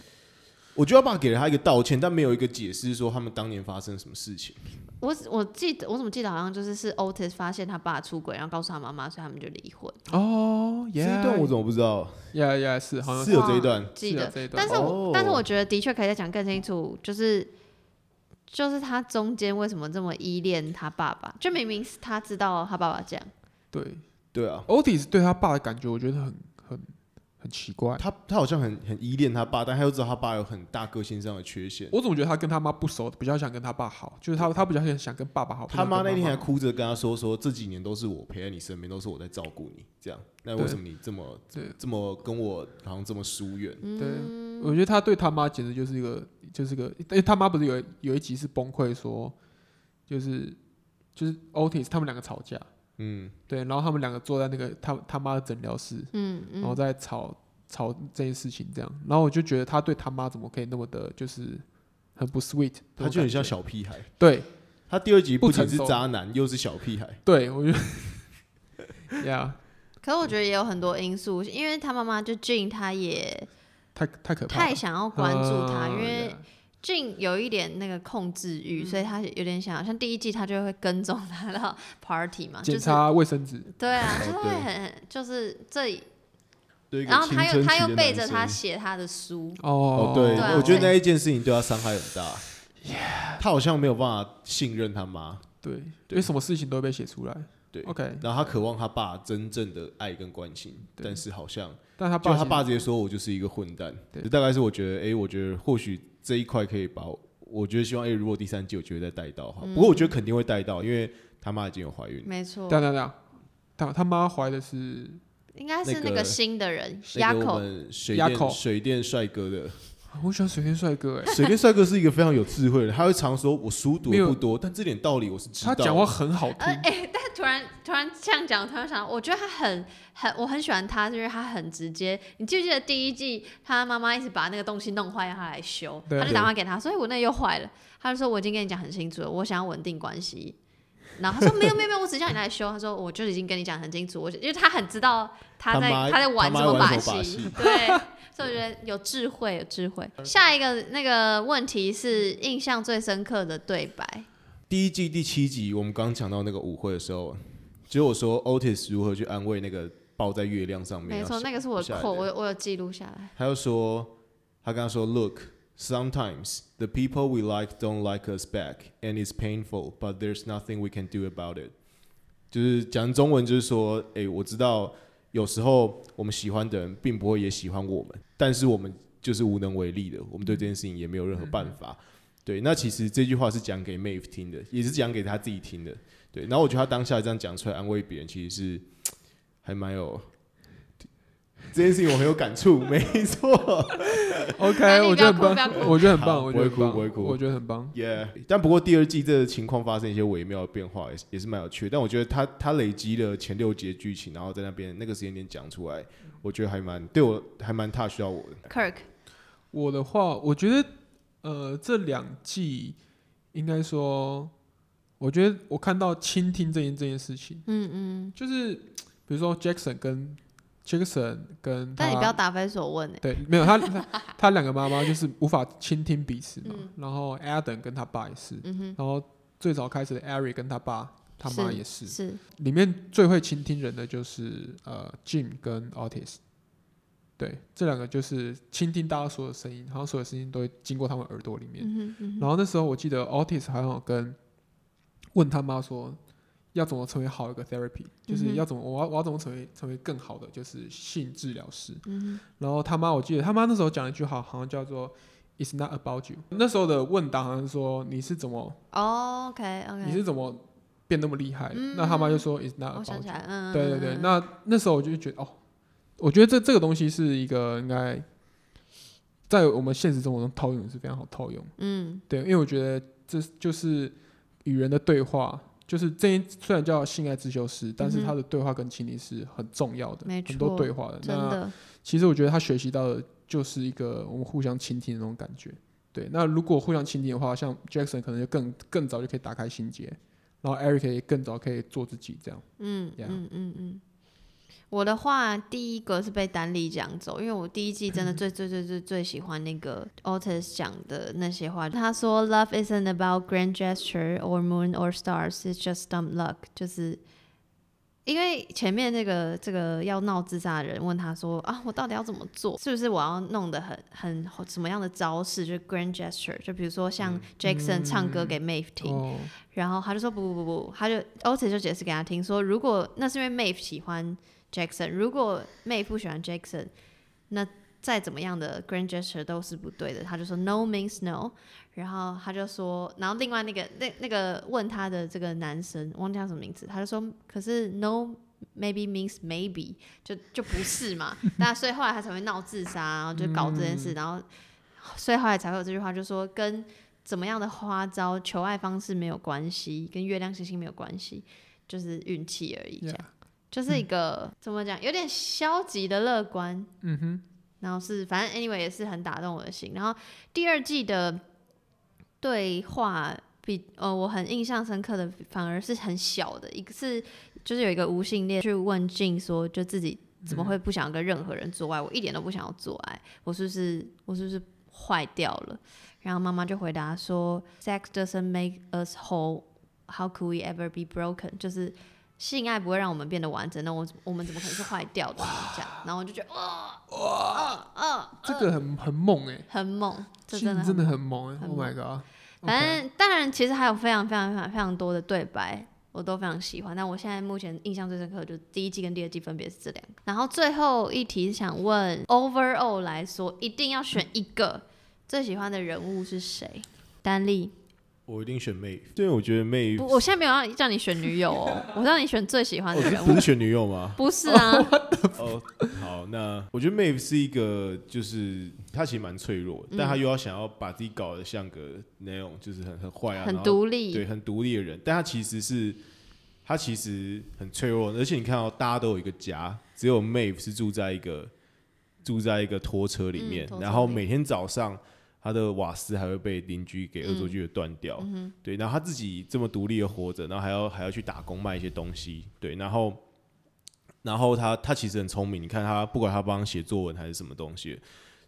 Speaker 3: 我觉得他爸给了他一个道歉，但没有一个解释说他们当年发生了什么事情。
Speaker 2: 我我记得我怎么记得好像就是是 Otis 发现他爸出轨，然后告诉他妈妈，所以他们就离婚。
Speaker 1: 哦，
Speaker 3: 这一段我怎么不知道？
Speaker 1: 呀呀是啊好像
Speaker 3: 是有这一段，
Speaker 2: 记
Speaker 1: 是有
Speaker 2: 得，
Speaker 1: 这一段
Speaker 2: 但是我、
Speaker 3: 哦
Speaker 2: 但是我觉得的确可以再讲更清楚，就是就是他中间为什么这么依恋他爸爸？就明明是他知道他爸爸这样，
Speaker 1: 对
Speaker 3: 对啊，
Speaker 1: ，Otis 对他爸的感觉，我觉得很很很奇怪，
Speaker 3: 他他好像很很依恋他爸，但他又知道他爸有很大个性上的缺陷。
Speaker 1: 我总觉得他跟他妈不熟，比较想跟他爸好，就是他他比较想跟爸爸好。
Speaker 3: 他
Speaker 1: 不想
Speaker 3: 妈
Speaker 1: 跟
Speaker 3: 那天还
Speaker 1: 好
Speaker 3: 哭着跟他说说，这几年都是我陪在啊你身边，都是我在照顾你，这样。那为
Speaker 1: 对
Speaker 3: 什么你这么
Speaker 1: 对
Speaker 3: 这么跟我好像这么疏远？
Speaker 2: 嗯，
Speaker 1: 我觉得他对他妈简直就是一个就是一个，因为他妈不是有有一集是崩溃说，就是就是 Otis 他们两个吵架，
Speaker 3: 嗯，
Speaker 1: 对，然后他们两个坐在那个他他妈的诊疗室，
Speaker 2: 嗯
Speaker 1: 然后
Speaker 2: 嗯，
Speaker 1: 在吵吵这件事情这样，然后我就觉得他对他妈怎么可以那么的，就是很不 sweet，那种
Speaker 3: 他就很
Speaker 1: 感觉
Speaker 3: 像小屁孩。
Speaker 1: 对
Speaker 3: 他第二集不
Speaker 1: 不成
Speaker 3: 仅是
Speaker 1: 熟
Speaker 3: 渣男，又是小屁孩。
Speaker 1: 对， 我觉得呀，
Speaker 2: 可是我觉得也有很多因素，因为他妈妈就 Jane 他也
Speaker 1: 太太可怕了，
Speaker 2: 太想要关注他，
Speaker 1: 嗯
Speaker 2: 因为
Speaker 1: yeah
Speaker 2: Jane 有一点那个控制
Speaker 3: 嗯
Speaker 2: 欲，所以他有点想要像第一季他就会跟踪他到 party 嘛，就
Speaker 1: 检
Speaker 2: 是
Speaker 1: 查卫生纸，
Speaker 2: 对啊，
Speaker 3: 哦
Speaker 2: 就是会
Speaker 3: 对
Speaker 2: 很就是这，
Speaker 3: 对一个
Speaker 2: 然后他
Speaker 3: 青
Speaker 2: 又
Speaker 3: 春
Speaker 2: 他
Speaker 3: 期的
Speaker 2: 又背
Speaker 3: 男
Speaker 2: 着
Speaker 3: 生
Speaker 2: 他写他的书，
Speaker 1: 哦
Speaker 3: 哦，，对
Speaker 2: 对啊，
Speaker 3: 我觉得
Speaker 2: 对
Speaker 3: 那一件事情对他伤害很大。他好像没有办法信任他妈，
Speaker 1: 对，因
Speaker 3: 对
Speaker 1: 为什么事情都会被写出来。
Speaker 3: 对
Speaker 1: ，OK，
Speaker 3: 然后他渴望他爸真正的爱跟关心，
Speaker 1: 对
Speaker 3: 但是好像
Speaker 1: 但他
Speaker 3: 就
Speaker 1: 爸
Speaker 3: 他
Speaker 1: 其实
Speaker 3: 爸直接说我就是一个混蛋。
Speaker 1: 对
Speaker 3: 这大概是我觉得，哎、我觉得或许这一块可以把我，我觉得希望，哎、如果第三季我觉得再带到的话，
Speaker 2: 嗯
Speaker 3: 不过我觉得肯定会带到，因为他妈已经有怀孕了。
Speaker 2: 没错，
Speaker 1: 等等等，他他妈怀的是
Speaker 2: 应该
Speaker 3: 那
Speaker 2: 是那
Speaker 3: 个
Speaker 2: 个新的人
Speaker 3: 那
Speaker 2: 压
Speaker 3: 个我
Speaker 2: 口，
Speaker 3: 们水
Speaker 1: 鸭口
Speaker 3: 电水电帅哥的
Speaker 1: 我喜欢水天帅哥哎，
Speaker 3: 水电帅哥是一个非常有智慧的人，他会常说我书读
Speaker 1: 没
Speaker 3: 的
Speaker 1: 有
Speaker 3: 不多，但这点道理我是知道
Speaker 1: 他
Speaker 3: 的。
Speaker 1: 讲话很好听
Speaker 2: 呃，哎，但突然突然这样讲，我突然想到，我觉得他很很我很喜欢他，是因为他很直接。你记不记得第一季他妈妈一直把那个东西弄坏，让他来修，
Speaker 1: 对
Speaker 2: 他就打电话给他，所以我那又坏了，他就说我已经跟你讲很清楚了，我想要稳定关系。然后他说没有没有没有，我只叫你来修。他说我就已经跟你讲很清楚，我因为他很知道他
Speaker 3: 他
Speaker 2: 在
Speaker 3: 妈
Speaker 2: 他在玩
Speaker 3: 他妈
Speaker 2: 么
Speaker 3: 玩
Speaker 2: 把
Speaker 3: 什么把戏
Speaker 2: 对，所以我觉得有智慧有智 慧。下一个那个问题是印象最深刻的对白，
Speaker 3: 第一季第七集，我们刚讲到那个舞会的时候，只有我说 Otis 如何去安慰那个抱在月亮上面，
Speaker 2: 没错，那个是我
Speaker 3: 下来
Speaker 2: 扣，
Speaker 3: 的
Speaker 2: 我有我有记录下来。
Speaker 3: 他又说，他跟他说，Look, sometimes the people we like don't like us back, and it's painful, but there's nothing we can do about it。就是讲中文，就是说，诶，我知道有时候我们喜欢的人并不会也喜欢我们，但是我们就是无能为力的，我们对这件事情也没有任何办法。对，那其实这句话是讲给 Mave 听的，也是讲给他自己听的。对，然后我觉得他当下这样讲出来安慰别人，其实是还蛮有这件事情我很有感触，没错。
Speaker 2: 呃那
Speaker 1: OK，
Speaker 2: 你
Speaker 1: 我
Speaker 2: 不
Speaker 1: 觉
Speaker 2: 要
Speaker 1: 得
Speaker 2: 哭
Speaker 1: 很
Speaker 2: 不要
Speaker 1: 棒，
Speaker 2: 哭
Speaker 1: 我觉得很
Speaker 3: 好
Speaker 1: 棒，我觉得很
Speaker 3: 不会哭
Speaker 1: 棒
Speaker 3: 不会哭
Speaker 1: 我觉得很棒。
Speaker 3: 耶！但不过第二季这个情况发生一些微妙的变化，也是也是蛮有趣的。但我觉得他他累积了前六集的剧情，然后在那边那个时间点讲出来，我觉得还蛮对我还蛮 touch 到我的。
Speaker 2: Kirk，
Speaker 1: 我的话，我觉得呃，这两季应该说，我觉得我看到倾听这件这件事情，
Speaker 2: 嗯嗯，
Speaker 1: 就是比如说 Jackson 跟 Jackson 跟他，
Speaker 2: 但你不要答非所问欸
Speaker 1: 对，没有他 他他两个妈妈就是无法倾听彼此嘛，
Speaker 2: 嗯
Speaker 1: 然后 Adam 跟他爸也是，
Speaker 2: 嗯
Speaker 1: 然后最早开始的 Ari 跟他爸他妈
Speaker 2: 是
Speaker 1: 也
Speaker 2: 哼，
Speaker 1: 是，
Speaker 2: 是
Speaker 1: 里面最会倾听人的就是呃 Jim 跟 Otis，对，这两个就是倾听大家所有声音，好像所有声音都会经过他们耳朵里面。
Speaker 2: 嗯哼嗯哼，
Speaker 1: 然后那时候我记得 Otis 好像有跟问他妈说，要怎么成为好一个 therapy，就是
Speaker 2: 嗯哼
Speaker 1: 要怎么我要我要怎么成为成为更好的就是性治疗师。
Speaker 2: 嗯
Speaker 1: 然后他妈我记得他妈那时候讲了一句话，好像叫做 "It's not about you"。那时候的问答好像说你是怎么
Speaker 2: 哼，OK
Speaker 1: 你
Speaker 2: OK，
Speaker 1: 是怎么变那么厉害的？
Speaker 2: 嗯
Speaker 1: 那他妈就说 "It's not
Speaker 2: 我想
Speaker 1: about
Speaker 2: 起
Speaker 1: you"。
Speaker 2: 来，嗯，嗯
Speaker 1: 对对对，
Speaker 2: 嗯嗯
Speaker 1: 那那时候我就觉得哦，我觉得这这个东西是一个应该在我们现实生活中套用是非常好套用。
Speaker 2: 嗯
Speaker 1: 对，因为我觉得这就是与人的对话，就是这一虽然叫性爱自修师，但是
Speaker 2: 嗯哼
Speaker 1: 他的对话跟情侣是很重要的，
Speaker 2: 没
Speaker 1: 很多
Speaker 2: 错
Speaker 1: 对话的。
Speaker 2: 真
Speaker 1: 那
Speaker 2: 的，
Speaker 1: 其实我觉得他学习到的就是一个我们互相倾听的那种感觉。对，那如果互相倾听的话，像 Jackson 可能就更更早就可以打开心结，然后 Eric 也更早可以做自己这样。
Speaker 2: 嗯
Speaker 1: Yeah
Speaker 2: 嗯嗯嗯。我的话，第一个是被丹莉讲走，因为我第一季真的最最最最最喜欢那个 Otis 讲的那些话。他说：“Love isn't about grand gesture or moon or stars, it's just dumb luck。”就是因为前面那个这个要闹自杀的人问他说：“啊，我到底要怎么做？是不是我要弄得很很什么样的招式？就是 grand gesture，就比如说
Speaker 1: 嗯
Speaker 2: 像 Jackson 唱歌给 Maeve 听，
Speaker 1: 哦，
Speaker 2: 然后他就说不不不不，他就 Otis 就解释给他听说，如果那是因为 Maeve 喜欢 Jackson，如果 Maeve 不喜欢 Jackson，那再怎么样的 grand gesture 都是不对的。他就说 no means no，然后他就说，然后另外那个那那个问他的这个男生忘记他什么名字，他就说可是 no。Maybe means maybe，就就不是嘛。 那所以后来他才会闹自杀，然后就搞这件事，然后所以后来才会有这句话，就说跟怎么样的花招、求爱方式没有关系，跟月亮、星星没有关系，就是运气而已。这样
Speaker 1: Yeah
Speaker 2: 就是一个、怎么讲，有点消极的乐观。
Speaker 1: 嗯哼，
Speaker 2: 然后是反正 anyway 也是很打动我的心。然后第二季的对话比呃我很印象深刻的反而是很小的，一个是就是有一个无性恋去问静说，就自己怎么会不想跟任何人做爱？我一点都不想要做爱，我是不是我是不是坏掉了？然后妈妈就回答说，Sex doesn't make us whole. How could we ever be broken？就是性爱不会让我们变得完整，那我我们怎么可能是坏掉的呢？这样，然后我就觉得，呃哇、哇，嗯、
Speaker 1: 这个很很猛哎、
Speaker 2: 很猛，这
Speaker 1: 性
Speaker 2: 真的很
Speaker 1: 真的很猛哎、
Speaker 2: 很
Speaker 1: o h my god！
Speaker 2: 反正当然，其实还有非常非常非常非常多的对白，我都非常喜欢。但我现在目前印象最深刻的就是第一季跟第二季分别是这两个。然后最后一题想问，overall 来说，一定要选一个最喜欢的人物是谁？丹丽，
Speaker 3: 我一定选 Mave，因为我觉得 Mave，
Speaker 2: 不，我现在没有要叫你选女友 哦，我让你选最喜欢
Speaker 3: 我
Speaker 2: 的
Speaker 1: 哦
Speaker 3: 是
Speaker 2: 人
Speaker 3: 不
Speaker 2: 物
Speaker 3: 是，选女友吗？
Speaker 2: 不是啊，
Speaker 3: 哦，好，那我觉得 Mave 是一个，就是她其实蛮脆弱，但
Speaker 2: 嗯
Speaker 3: 她又要想要把自己搞得像个那种，就是很很坏啊，
Speaker 2: 很
Speaker 3: 然后
Speaker 2: 独
Speaker 3: 对，
Speaker 2: 立，
Speaker 3: 很独立的人，但他其实是他其实很脆弱，而且你看到、大家都有一个家，只有 Mave 是住在一个住在一个拖车里面
Speaker 2: 嗯，拖车
Speaker 3: 然后
Speaker 2: 里
Speaker 3: 每天早上他的瓦斯还会被邻居给恶作剧的断掉，
Speaker 2: 嗯
Speaker 3: 对，然后他自己这么独立的活着，然后还要还要去打工卖一些东西，对，然后。然后他他其实很聪明，你看他不管他帮他写作文还是什么东西，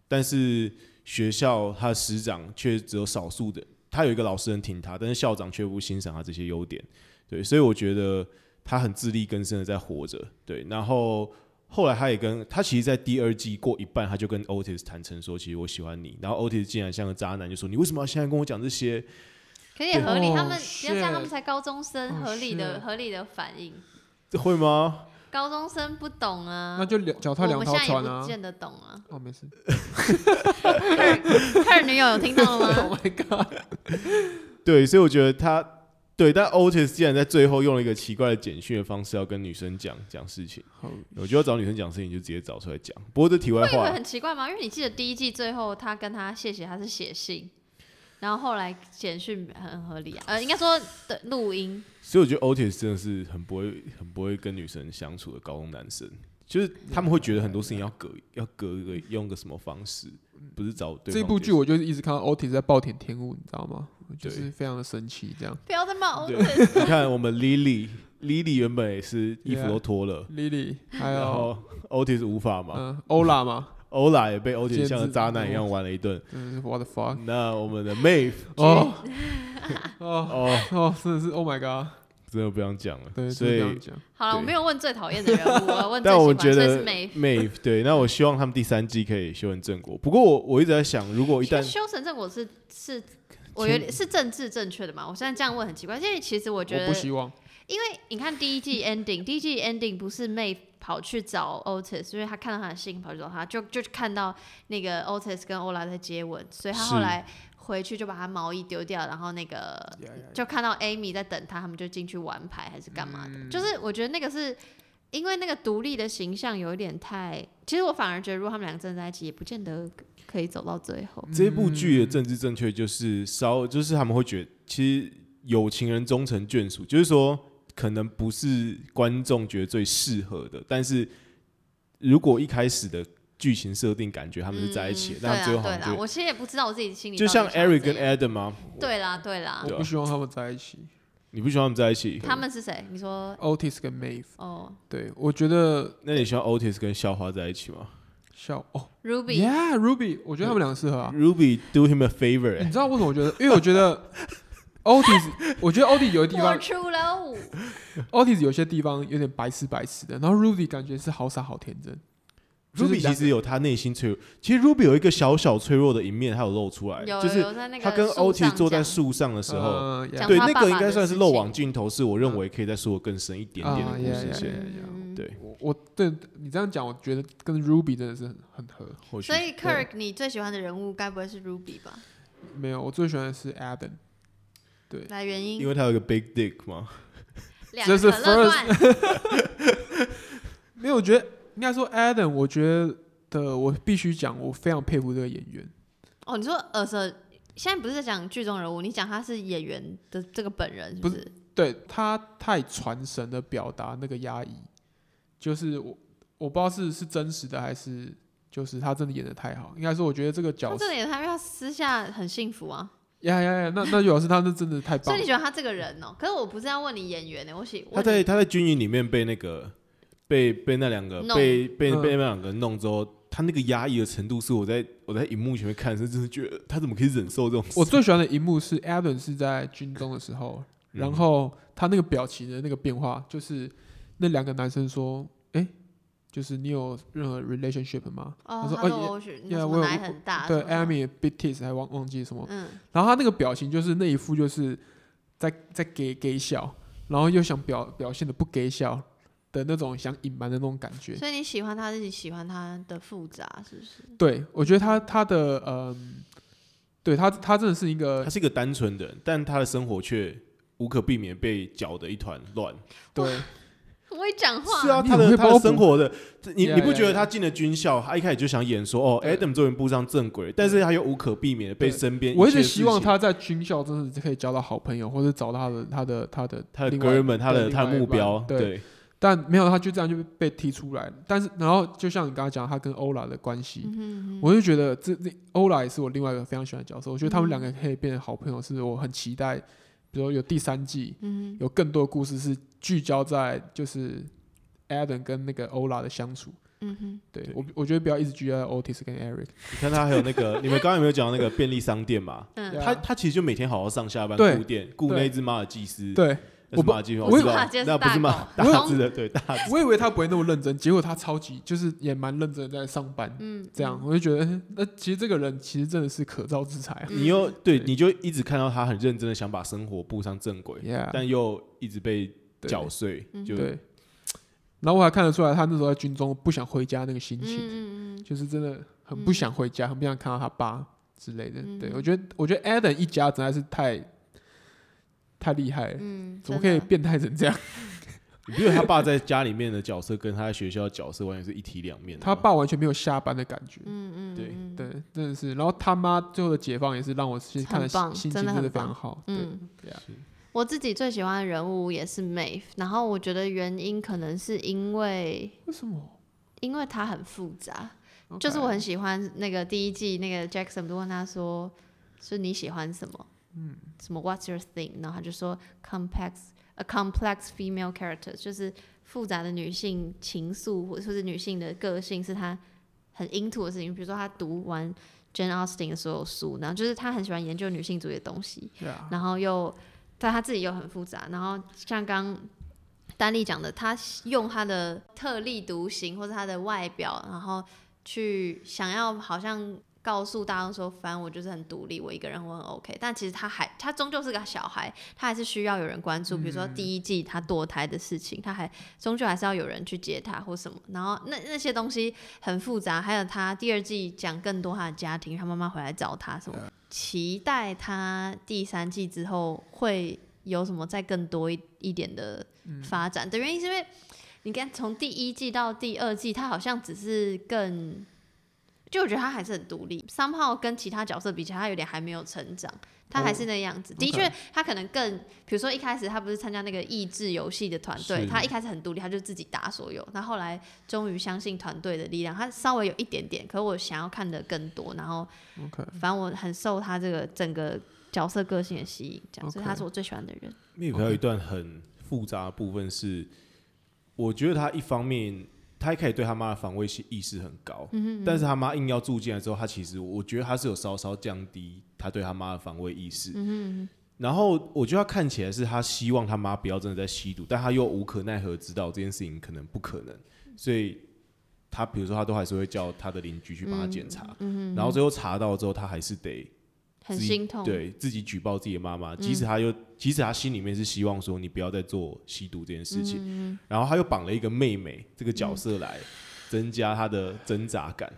Speaker 3: 但是学校他的师长却只有少数的，他有一个老师很挺他，但是校长却不欣赏他这些优点，对，所以我觉得他很自力更生的在活着，对，然后。后来他也跟他其实，在第二季过一半，他就跟 Otis 坦诚说，其实我喜欢你。然后 Otis 竟然像个渣男，就说你为什么要现在跟我讲这些？
Speaker 2: 可是也合理。
Speaker 1: 哦
Speaker 2: 他们你要这样，
Speaker 1: shit
Speaker 2: 他们才高中生，
Speaker 1: 哦
Speaker 2: 合理的
Speaker 1: shit
Speaker 2: 合理的反应。
Speaker 3: 这会吗？
Speaker 2: 高中生不懂啊，
Speaker 1: 那就两脚踏
Speaker 2: 我
Speaker 1: 两
Speaker 2: 们
Speaker 1: 条
Speaker 2: 现在也
Speaker 1: 船啊
Speaker 2: 不。见得懂啊。
Speaker 1: 哦，没事。
Speaker 2: 他的女友有听到了 吗？
Speaker 1: Oh my god！
Speaker 3: 对，所以我觉得他对，但 Otis 竟然在最后用了一个奇怪的简讯的方式要跟女生讲讲事情，
Speaker 1: 好，
Speaker 3: 我觉得要找女生讲事情就直接找出来讲。不过这题外
Speaker 2: 你会
Speaker 3: 话，
Speaker 2: 很奇怪吗？因为你记得第一季最后他跟他谢谢他是写信，然后后来简讯很合理啊，呃，应该说的录音，
Speaker 3: 所以我觉得 Otis 真的是很不会很不会跟女生相处的高中男生，就是他们会觉得很多事情要隔要隔一个用个什么方式，不是找对
Speaker 1: 这
Speaker 3: 方
Speaker 1: 部
Speaker 3: 解
Speaker 1: 剧
Speaker 3: 释
Speaker 1: 我就是一直看到 Otis 在暴殄天物，你知道吗？我就
Speaker 3: 对
Speaker 1: 是非常的生气，这样。
Speaker 2: 不要再骂我
Speaker 3: 对， 你看我们 Lily Lily 原本也是衣服
Speaker 1: Yeah
Speaker 3: 都脱了
Speaker 1: Lily 还
Speaker 3: 然
Speaker 1: 有
Speaker 3: 后 Otis 无法嘛，
Speaker 1: 哎嗯 Ola 嘛，
Speaker 3: 欧拉也被 Otis
Speaker 1: 简
Speaker 3: 像个
Speaker 1: 直
Speaker 3: 渣男一样玩了一顿。
Speaker 1: 真的是 What the fuck！
Speaker 3: 那我们的 Mave
Speaker 1: 哦 哦
Speaker 3: 哦，
Speaker 1: 哦，真的是 Oh my god！
Speaker 3: 真的不想讲了，
Speaker 1: 对，
Speaker 3: 所
Speaker 1: 就是这
Speaker 3: 以
Speaker 1: 样。讲。
Speaker 2: 好了，我
Speaker 3: 对
Speaker 2: 没有问最讨厌的人物，我问最
Speaker 3: 但
Speaker 2: 喜
Speaker 3: 我
Speaker 2: 欢，
Speaker 3: 们觉
Speaker 2: 所以
Speaker 3: 得
Speaker 2: 是没。
Speaker 3: Mave 对，那我希望他们第三季可以修成正果。不过我我一直在想，如果一
Speaker 2: 其实
Speaker 3: 旦
Speaker 2: 修成正果是是，我有点是政治正确的嘛？我现在这样问很奇怪，因为其实我觉
Speaker 1: 我
Speaker 2: 得
Speaker 1: 不希望。
Speaker 2: 因为你看第一季 ending，第一季 ending 不是妹跑去找 Otis，因为她看到他的信跑去找他，就就看到那个 Otis 跟 Ola 在接吻，所以她
Speaker 3: 是
Speaker 2: 后来回去就把她毛衣丢掉，然后那个就看到 Amy 在等她，他们就进去玩牌还是干嘛
Speaker 3: 嗯
Speaker 2: 的，就是我觉得那个是。因为那个独立的形象有一点太，其实我反而觉得，如果他们两个站在一起，也不见得可以走到最后。
Speaker 3: 这部剧的政治正确就是稍，就是他们会觉得，其实有情人终成眷属，就是说可能不是观众觉得最适合的，但是如果一开始的剧情设定感觉他们是在一起的
Speaker 2: 嗯，对
Speaker 3: 但
Speaker 2: 啦
Speaker 3: 最后好
Speaker 2: 对
Speaker 3: 像
Speaker 2: 啦，
Speaker 3: 就
Speaker 2: 我其实也不知道我自己心里
Speaker 3: 就
Speaker 2: 到底
Speaker 3: 像
Speaker 2: 想要
Speaker 3: Eric 跟
Speaker 2: 怎样
Speaker 3: Adam 啊，
Speaker 2: 对啦对啦，
Speaker 1: 我不希望他们在一起。
Speaker 3: 你不喜欢他们在一起，
Speaker 2: 他们是谁？你说
Speaker 1: Otis 跟 Maeve，
Speaker 2: 哦
Speaker 1: 对我觉得
Speaker 3: 那你喜欢 Otis 跟校花在一起吗
Speaker 1: 笑哦
Speaker 2: ，Ruby，、
Speaker 1: ，Yeah，Ruby，我觉得他们两个适合啊。
Speaker 3: ？Ruby do him a favor，
Speaker 1: 你
Speaker 2: 嗯
Speaker 3: 欸
Speaker 1: 知道为什么？我觉得，因为我觉 得 Otis，我觉得 Otis 有的地
Speaker 2: 我
Speaker 1: 方
Speaker 2: 出了舞，
Speaker 1: ，Otis 有些地方有点白痴白痴的，然后 Ruby 感觉是好傻好天真。就是
Speaker 3: ，Ruby
Speaker 1: 两
Speaker 3: 其
Speaker 1: 个
Speaker 3: 实有他内心脆弱，其实 Ruby 有一个小小脆弱的一面，他有露出来，
Speaker 2: 有
Speaker 3: 哎就是
Speaker 2: 有在那个
Speaker 3: 他跟
Speaker 2: 树上
Speaker 3: Otis 坐在
Speaker 2: 讲
Speaker 3: 树上的时候。
Speaker 1: 嗯
Speaker 2: 讲
Speaker 3: 对，
Speaker 2: 他
Speaker 3: 那
Speaker 2: 爸
Speaker 3: 个
Speaker 2: 爸
Speaker 3: 应该
Speaker 2: 的
Speaker 3: 算
Speaker 2: 事
Speaker 3: 是漏
Speaker 2: 情
Speaker 3: 网镜头，是我认为可以再说得更深一点点的
Speaker 1: 啊
Speaker 3: 故
Speaker 1: 呀
Speaker 3: 事
Speaker 1: 呀
Speaker 3: 线。
Speaker 1: 呀呀
Speaker 2: 嗯
Speaker 3: 对，
Speaker 1: 我我对你这样讲，我觉得跟 Ruby 真的是很很合。
Speaker 3: 或许
Speaker 2: 所以 Kirk，你最喜欢的人物该不会是 Ruby 吧？
Speaker 1: 没有，我最喜欢的是 Adam，对
Speaker 2: 来原
Speaker 3: 因
Speaker 2: 因，
Speaker 3: 为他有一个 big dick 嘛，
Speaker 2: 两个
Speaker 1: 这是
Speaker 2: 可乐罐，
Speaker 1: 没有，我觉得应该说 Adam，我觉得的我必须讲，我非常佩服这个演员。
Speaker 2: 哦，你说耳蛇，现在不是在讲剧中人物，你讲他是演员的这个本人是
Speaker 1: 不
Speaker 2: 不是？
Speaker 1: 是对他太传神的表达那个压抑，就是我我不知道是是真实的还是就是他真的演的太好。应该说，我觉得这个角
Speaker 2: 他
Speaker 1: 色
Speaker 2: 这，点他因为他私下很幸福啊，
Speaker 1: 呀呀呀，那那表示他是真的太
Speaker 2: 所
Speaker 1: 棒
Speaker 2: 以你
Speaker 1: 了。
Speaker 2: 觉得他这个人哦？可是我不是要问你演员欸呢，我喜
Speaker 3: 他
Speaker 2: 问
Speaker 3: 在
Speaker 2: 你
Speaker 3: 他在军营里面被那个被被那两个
Speaker 2: 弄
Speaker 3: 被被
Speaker 1: 嗯
Speaker 3: 被那两个人弄之后，他那个压抑的程度是我在我在荧幕前面看，是真的觉得他怎么可以忍受这种事？
Speaker 1: 我最喜欢的一幕是 Adam 是在军中的时候，
Speaker 3: 嗯
Speaker 1: 然后他那个表情的那个变化，就是那两个男生说：“哎、就是你有任何 relationship 吗？”
Speaker 2: 哦
Speaker 1: 他，说
Speaker 2: 他说
Speaker 1: 哦也
Speaker 2: 我许你
Speaker 1: 呀
Speaker 2: 什
Speaker 1: 我
Speaker 2: 么
Speaker 1: 有
Speaker 2: 奶很大，
Speaker 1: 对
Speaker 2: 啊什么的
Speaker 1: ，Amy Big Tits 还忘忘记什么
Speaker 2: 嗯，
Speaker 1: 然后他那个表情就是那一副就是在在给给笑，然后又想表表现的不给笑的那种想隐瞒的那种感觉。
Speaker 2: 所以你喜欢他，是你喜欢他的复杂，是不是？
Speaker 1: 对，我觉得他他的嗯，对他他真的是一个
Speaker 3: 他是一个单纯的人，但他的生活却无可避免被搅得一团乱。
Speaker 1: 对
Speaker 2: 我会讲话，
Speaker 3: 是啊，
Speaker 1: 你
Speaker 3: 他
Speaker 1: 很
Speaker 3: 的
Speaker 1: 会
Speaker 3: 他
Speaker 1: 包
Speaker 3: 的
Speaker 1: 袱
Speaker 3: 生活的，这你
Speaker 1: Yeah,
Speaker 3: 你不觉
Speaker 1: yeah,
Speaker 3: 得他进了军校，他一开始就想演说哦
Speaker 1: 对
Speaker 3: ，Adam 终于步上正轨，但是他又无可避免的被
Speaker 1: 对
Speaker 3: 身边
Speaker 1: 我
Speaker 3: 一
Speaker 1: 一
Speaker 3: 切
Speaker 1: 直
Speaker 3: 事
Speaker 1: 希望
Speaker 3: 情
Speaker 1: 他在军校真的可以交到好朋友，或者找到他的他的他的
Speaker 3: 他的
Speaker 1: 另外
Speaker 3: 哥们，他的
Speaker 1: 对
Speaker 3: 他的
Speaker 1: 另外
Speaker 3: 目
Speaker 1: 一半
Speaker 3: 标，
Speaker 1: 对
Speaker 3: 对，
Speaker 1: 但没有他就这样就被踢出来。但是然后就像你刚刚讲，他跟欧拉的关系，
Speaker 2: 嗯
Speaker 1: 我就觉得这这欧拉也是我另外一个非常喜欢的角色。我觉得他们两个可以变成好朋友，是我很期待。比如说有第三季，
Speaker 2: 嗯
Speaker 1: 有更多的故事是聚焦在就是 Adam 跟那个欧拉的相处。
Speaker 2: 嗯哼，
Speaker 1: 对
Speaker 3: 对
Speaker 1: 我我觉得不要一直聚焦在 Otis 跟 Eric。
Speaker 3: 你看他还有那个， 你们刚刚有没有讲到那个便利商店嘛？
Speaker 2: 嗯
Speaker 1: 对啊
Speaker 3: 他他其实就每天好好上下班
Speaker 1: 对
Speaker 3: 顾店，顾
Speaker 1: 对
Speaker 3: 那一只马尔济斯，
Speaker 1: 对，
Speaker 3: 那是
Speaker 1: 我不
Speaker 3: 马尔济斯，
Speaker 1: 我
Speaker 3: 我知
Speaker 2: 以为马
Speaker 3: 道
Speaker 2: 尔济斯，
Speaker 3: 那不是马
Speaker 2: 大狗
Speaker 3: 大只的，对大只。
Speaker 1: 我以为他不会那么认真，结果他超级就是也蛮认真的在上班。
Speaker 2: 嗯，
Speaker 1: 这样，我就觉得，嗯那其实这个人其实真的是可造之才
Speaker 2: 嗯
Speaker 1: 啊。
Speaker 3: 你又对，
Speaker 1: 对
Speaker 3: 你就一直看到他很认真的想把生活步上正轨，
Speaker 1: Yeah，
Speaker 3: 但又一直被
Speaker 1: 对
Speaker 3: 搅碎，就
Speaker 1: 对，然后我还看得出来，他那时候在军中不想回家那个心
Speaker 2: 嗯
Speaker 1: 情，
Speaker 2: 嗯嗯
Speaker 1: 就是真的很不想回家，很不想看到他爸之类的。
Speaker 2: 嗯
Speaker 1: 对我觉得，我觉得 Adam 一家真的是太太厉害了，
Speaker 2: 嗯，
Speaker 1: 怎么可以
Speaker 2: 真的？
Speaker 1: 变态成这样？
Speaker 3: 你不觉得他爸在家里面的角色跟他在学校的角色完全是一体两面的吗？
Speaker 1: 他爸完全没有下班的感觉。
Speaker 2: 嗯嗯，
Speaker 3: 对
Speaker 2: 嗯，
Speaker 1: 对，真的是。然后他妈最后的解放也是让我其实看了
Speaker 2: 很棒
Speaker 1: 心情
Speaker 2: 真的
Speaker 1: 真的
Speaker 2: 很
Speaker 1: 非常
Speaker 2: 棒
Speaker 1: 好。对，
Speaker 2: 嗯，
Speaker 1: 对啊
Speaker 3: 是
Speaker 2: 我自己最喜欢的人物也是 Maeve，然后我觉得原因可能是因为
Speaker 1: 为什么？
Speaker 2: 因为它很复杂就是我很喜欢那个第一季那个 Jackson 都问他说，是你喜欢什么？嗯，什么 What's your thing？然后他就说 complex a complex female character，就是复杂的女性情愫或者是女性的个性是他很 into 的事情。比如说他读完 Jane Austen 的所有书，然后就是他很喜欢研究女性主义的东西。
Speaker 1: 对啊，
Speaker 2: 然后又但他自己又很复杂，然后像刚丹丽讲的，他用他的特立独行或者他的外表，然后去想要好像告诉大众说，反正我就是很独立，我一个人我很 OK，但其实他还他终究是个小孩，他还是需要有人关注，比如说第一季他堕胎的事情，他还终究还是要有人去接他或什么，然后那那些东西很复杂，还有他第二季讲更多他的家庭，他妈妈回来找他什么。期待他第三季之后会有什么再更多一一点的发展的原因，是因为你看从第一季到第二季，他好像只是更，就我觉得他还是很独立，三炮跟其他角色比起来，他有点还没有成长，他还是那样子。的确，他可能更，比如说一开始他不是参加那个益智游戏的团队，
Speaker 3: 是
Speaker 2: 他一开始很独立，他就自己打所有，那后来终于相信团队的力量，他稍微有一点点，可我想要看的更多，然后
Speaker 1: OK
Speaker 2: 反正我很受他这个整个角色个性的吸引，这样
Speaker 1: OK
Speaker 2: 所以他是我最喜欢的人。
Speaker 3: Mave 还有一段很复杂的部分是，我觉得他一方面他一开始对他妈的防卫性意识很高，但是他妈硬要住进来之后，他其实我觉得他是有稍稍降低他对他妈的防卫意识。然后我觉得他看起来是他希望他妈不要真的在吸毒，但他又无可奈何知道这件事情可能不可能，所以他比如说他都还是会叫他的邻居去帮他检查，然后最后查到之后，他还是得
Speaker 2: 很
Speaker 3: 自己
Speaker 2: 心痛，
Speaker 3: 对自己举报自己的妈妈，即使他又，即使他心里面是希望说你不要再做吸毒这件事情，然后他又绑了一个妹妹这个角色来增加他的挣扎感，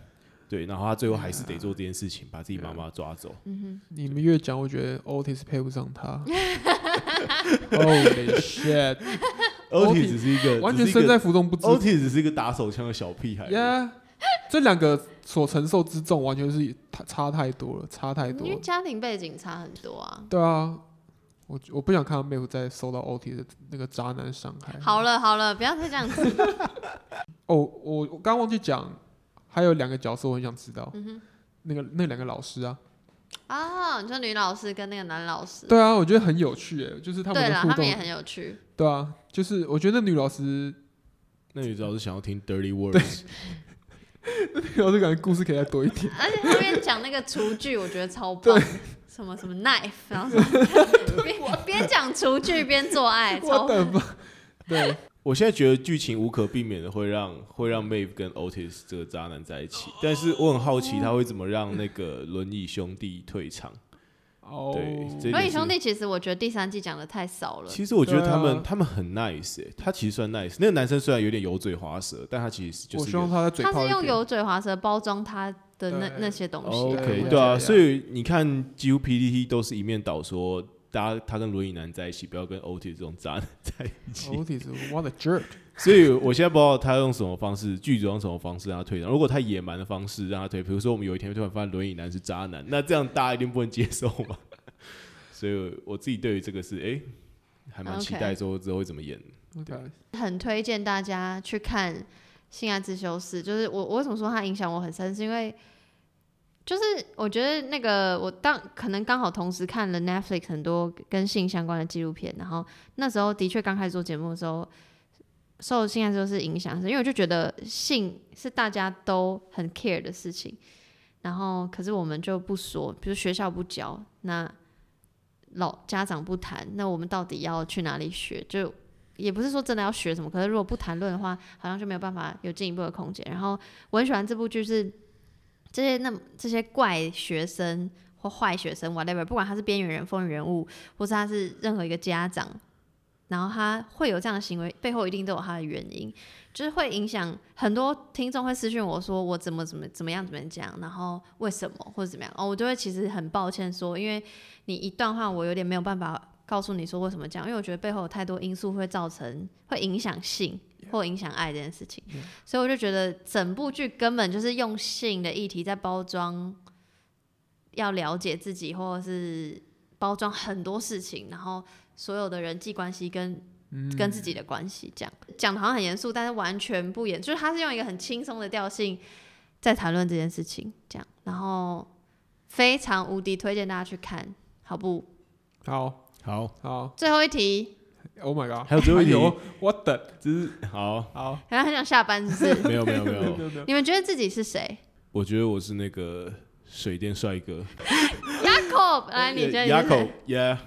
Speaker 3: 对，然后他最后还是得做这件事情，把自己妈妈抓走。
Speaker 1: 你们越讲，我觉得 Otis 配不上他。Holy shit！
Speaker 3: 欧
Speaker 1: Otis
Speaker 3: 体只是一个，
Speaker 1: 完
Speaker 3: 只
Speaker 1: 全
Speaker 3: 是一
Speaker 1: 身
Speaker 3: 个
Speaker 1: 在福中不知
Speaker 3: 欧体只是一个打手枪的小屁孩。
Speaker 1: Yeah，这两个所承受之重完全是差差太多了，差太多
Speaker 2: 因为
Speaker 1: 了。
Speaker 2: 家庭背景差很多啊。
Speaker 1: 对啊，我我不想看到妹夫再受到 OT 的那个渣男伤害。
Speaker 2: 好了好了，不要再这样子。
Speaker 1: 哦，我我刚忘记讲，还有两个角色我很想知道。
Speaker 2: 嗯
Speaker 1: 那个那两个老师啊，
Speaker 2: 啊，你说女老师跟那个男老师，
Speaker 1: 对啊，我觉得很有趣诶，就是他们
Speaker 2: 对
Speaker 1: 的
Speaker 2: 啦，
Speaker 1: 互
Speaker 2: 他
Speaker 1: 动
Speaker 2: 们，也很有趣。
Speaker 1: 对啊，就是我觉得那女老师，
Speaker 3: 那你知道是想要听 dirty words，
Speaker 1: 女老师感觉故事可以再多一点。
Speaker 2: 而且后面讲那个厨具，我觉得超棒，什么什么 knife，然后什 么边边讲厨具边做爱，超
Speaker 1: 我的妈！ 对，
Speaker 3: 我现在觉得剧情无可避免的会让会让 Mave 跟 Otis 这个渣男在一起，但是我很好奇他会怎么让那个轮椅兄弟退场。
Speaker 1: 哦，
Speaker 3: 对这
Speaker 2: 所以兄弟，其实我觉得第三季讲的太少了，
Speaker 3: 其实我觉得他们、
Speaker 1: 对啊
Speaker 3: 他们很 nice，、欸、他其实算 nice。那个男生虽然有点油嘴滑舌，但他其实就
Speaker 1: 我
Speaker 3: 是一
Speaker 1: 希望
Speaker 3: 个
Speaker 1: 他的嘴
Speaker 2: 他
Speaker 1: 炮
Speaker 2: 是
Speaker 1: 一
Speaker 2: 用
Speaker 1: 点
Speaker 2: 油嘴滑舌包装他的那
Speaker 1: 对
Speaker 2: 那些东西。
Speaker 1: 对
Speaker 3: OK，
Speaker 1: 对
Speaker 3: 对
Speaker 1: 啊
Speaker 3: 啊。所以你看，几乎 PDT 都是一面倒说，大家他跟轮椅男在一起，不要跟 OT 这种渣男 在一起。
Speaker 1: 哦 Otis what a jerk！
Speaker 3: 所以我现在不知道他用什么方式，剧组用什么方式让他退场。如果他野蛮的方式让他退，比如说我们有一天突然发现轮椅男是渣男，那这样大家一定不能接受嘛。 所以我自己对于这个是哎、还蛮期
Speaker 2: OK
Speaker 3: 待说之后会怎么演。
Speaker 1: OK，
Speaker 2: 很推荐大家去看《性爱自修室》，就是我我为什么说它影响我很深，是因为就是我觉得那个我当可能刚好同时看了 Netflix 很多跟性相关的纪录片，然后那时候的确刚开始做节目的时候。受性爱自修室影响，因为我就觉得性是大家都很 care 的事情，然后可是我们就不说，比如学校不教，那老家长不谈，那我们到底要去哪里学？就也不是说真的要学什么，可是如果不谈论的话，好像就没有办法有进一步的空间。然后我很喜欢这部剧是这些那这些怪学生或坏学生 whatever，不管他是边缘人、风云人物，或是他是任何一个家长，然后他会有这样的行为，背后一定都有他的原因，就是会影响很多听众会私讯我说我怎么怎么怎么样怎么讲，然后为什么或者怎么样哦，我就会其实很抱歉说，因为你一段话我有点没有办法告诉你说为什么讲，因为我觉得背后有太多因素会造成会影响性或影响爱这件事情
Speaker 1: Yeah.
Speaker 2: 所以我就觉得整部剧根本就是用性的议题在包装，要了解自己或者是包装很多事情，然后所有的人际关系跟
Speaker 1: 嗯，
Speaker 2: 跟自己的关系，这样讲的好像很严肃，但是完全不严，就是他是用一个很轻松的调性在谈论这件事情，这样，然后非常无敌推荐大家去看，好不？
Speaker 1: 好
Speaker 3: 好，
Speaker 1: 好
Speaker 2: 最后一题，
Speaker 1: ，Oh my god，
Speaker 3: 还有最后一题
Speaker 1: 有我等，
Speaker 3: 只是好，
Speaker 1: 好，
Speaker 2: 好像很想下班，是 不
Speaker 3: 没
Speaker 2: 是？
Speaker 3: 有没有没
Speaker 1: 没有没
Speaker 3: 有，
Speaker 1: 有没有
Speaker 2: 你们觉得自己是谁
Speaker 3: 我觉得我是那个水电帅哥，
Speaker 2: ？Jacob，来，
Speaker 1: 呃
Speaker 2: 你觉得你
Speaker 3: 牙
Speaker 2: 是谁？
Speaker 3: 口
Speaker 2: 真
Speaker 3: yeah，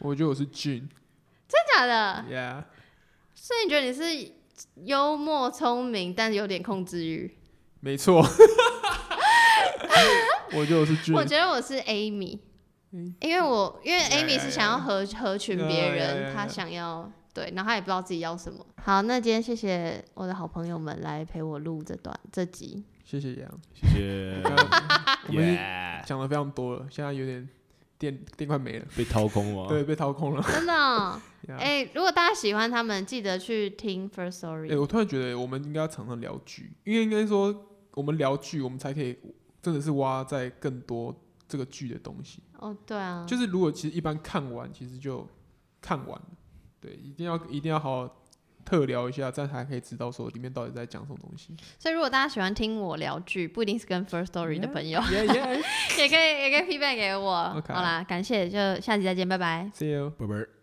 Speaker 1: 我觉得我是 Jun，
Speaker 2: 假的？
Speaker 1: yeah，
Speaker 2: 所以你觉得你是幽默聪明，但是有点控制欲？
Speaker 1: 没 错，我觉得我是
Speaker 2: 我
Speaker 1: Jun，
Speaker 2: 觉得我是 Amy，
Speaker 1: 嗯
Speaker 2: 因为我因为
Speaker 1: 呀
Speaker 2: Amy
Speaker 1: 呀
Speaker 2: 是想
Speaker 1: 呀
Speaker 2: 要合合群
Speaker 1: 呀
Speaker 2: 别
Speaker 1: 呀
Speaker 2: 人，
Speaker 1: 呀
Speaker 2: 她
Speaker 1: 呀
Speaker 2: 想要对，然后她也不知道自己要什么。好，那今天谢谢我的好朋友们来陪我录这段 这集，
Speaker 1: 谢谢杨，
Speaker 3: 谢 谢
Speaker 1: 我们已经
Speaker 3: ，yeah，
Speaker 1: 讲的非常多了，现在有点电电快没了，
Speaker 3: 被掏空吗？
Speaker 1: 对，被掏空了，
Speaker 2: 真的哦。
Speaker 1: Yeah
Speaker 2: 哎、如果大家喜欢他们，记得去听 First
Speaker 1: 哎、
Speaker 2: Story。
Speaker 1: 我突然觉得我们应该要常常聊剧，因为应该说我们聊剧，我们才可以真的是挖在更多这个剧的东西。
Speaker 2: 哦，对啊，
Speaker 1: 就是如果其实一般看完，其实就看完了，对，一定要一定要好好特聊一下，这样才可以知道说里面到底在讲什么东西。
Speaker 2: 所以如果大家喜欢听我聊剧，不一定是跟 First Story 的
Speaker 1: Yeah
Speaker 2: 朋友
Speaker 1: Yeah yeah，see
Speaker 2: 也可以也可以 feedback 给我。
Speaker 1: OK
Speaker 2: 好啦，感谢，就下集再见，拜拜。
Speaker 1: you。
Speaker 3: 拜拜。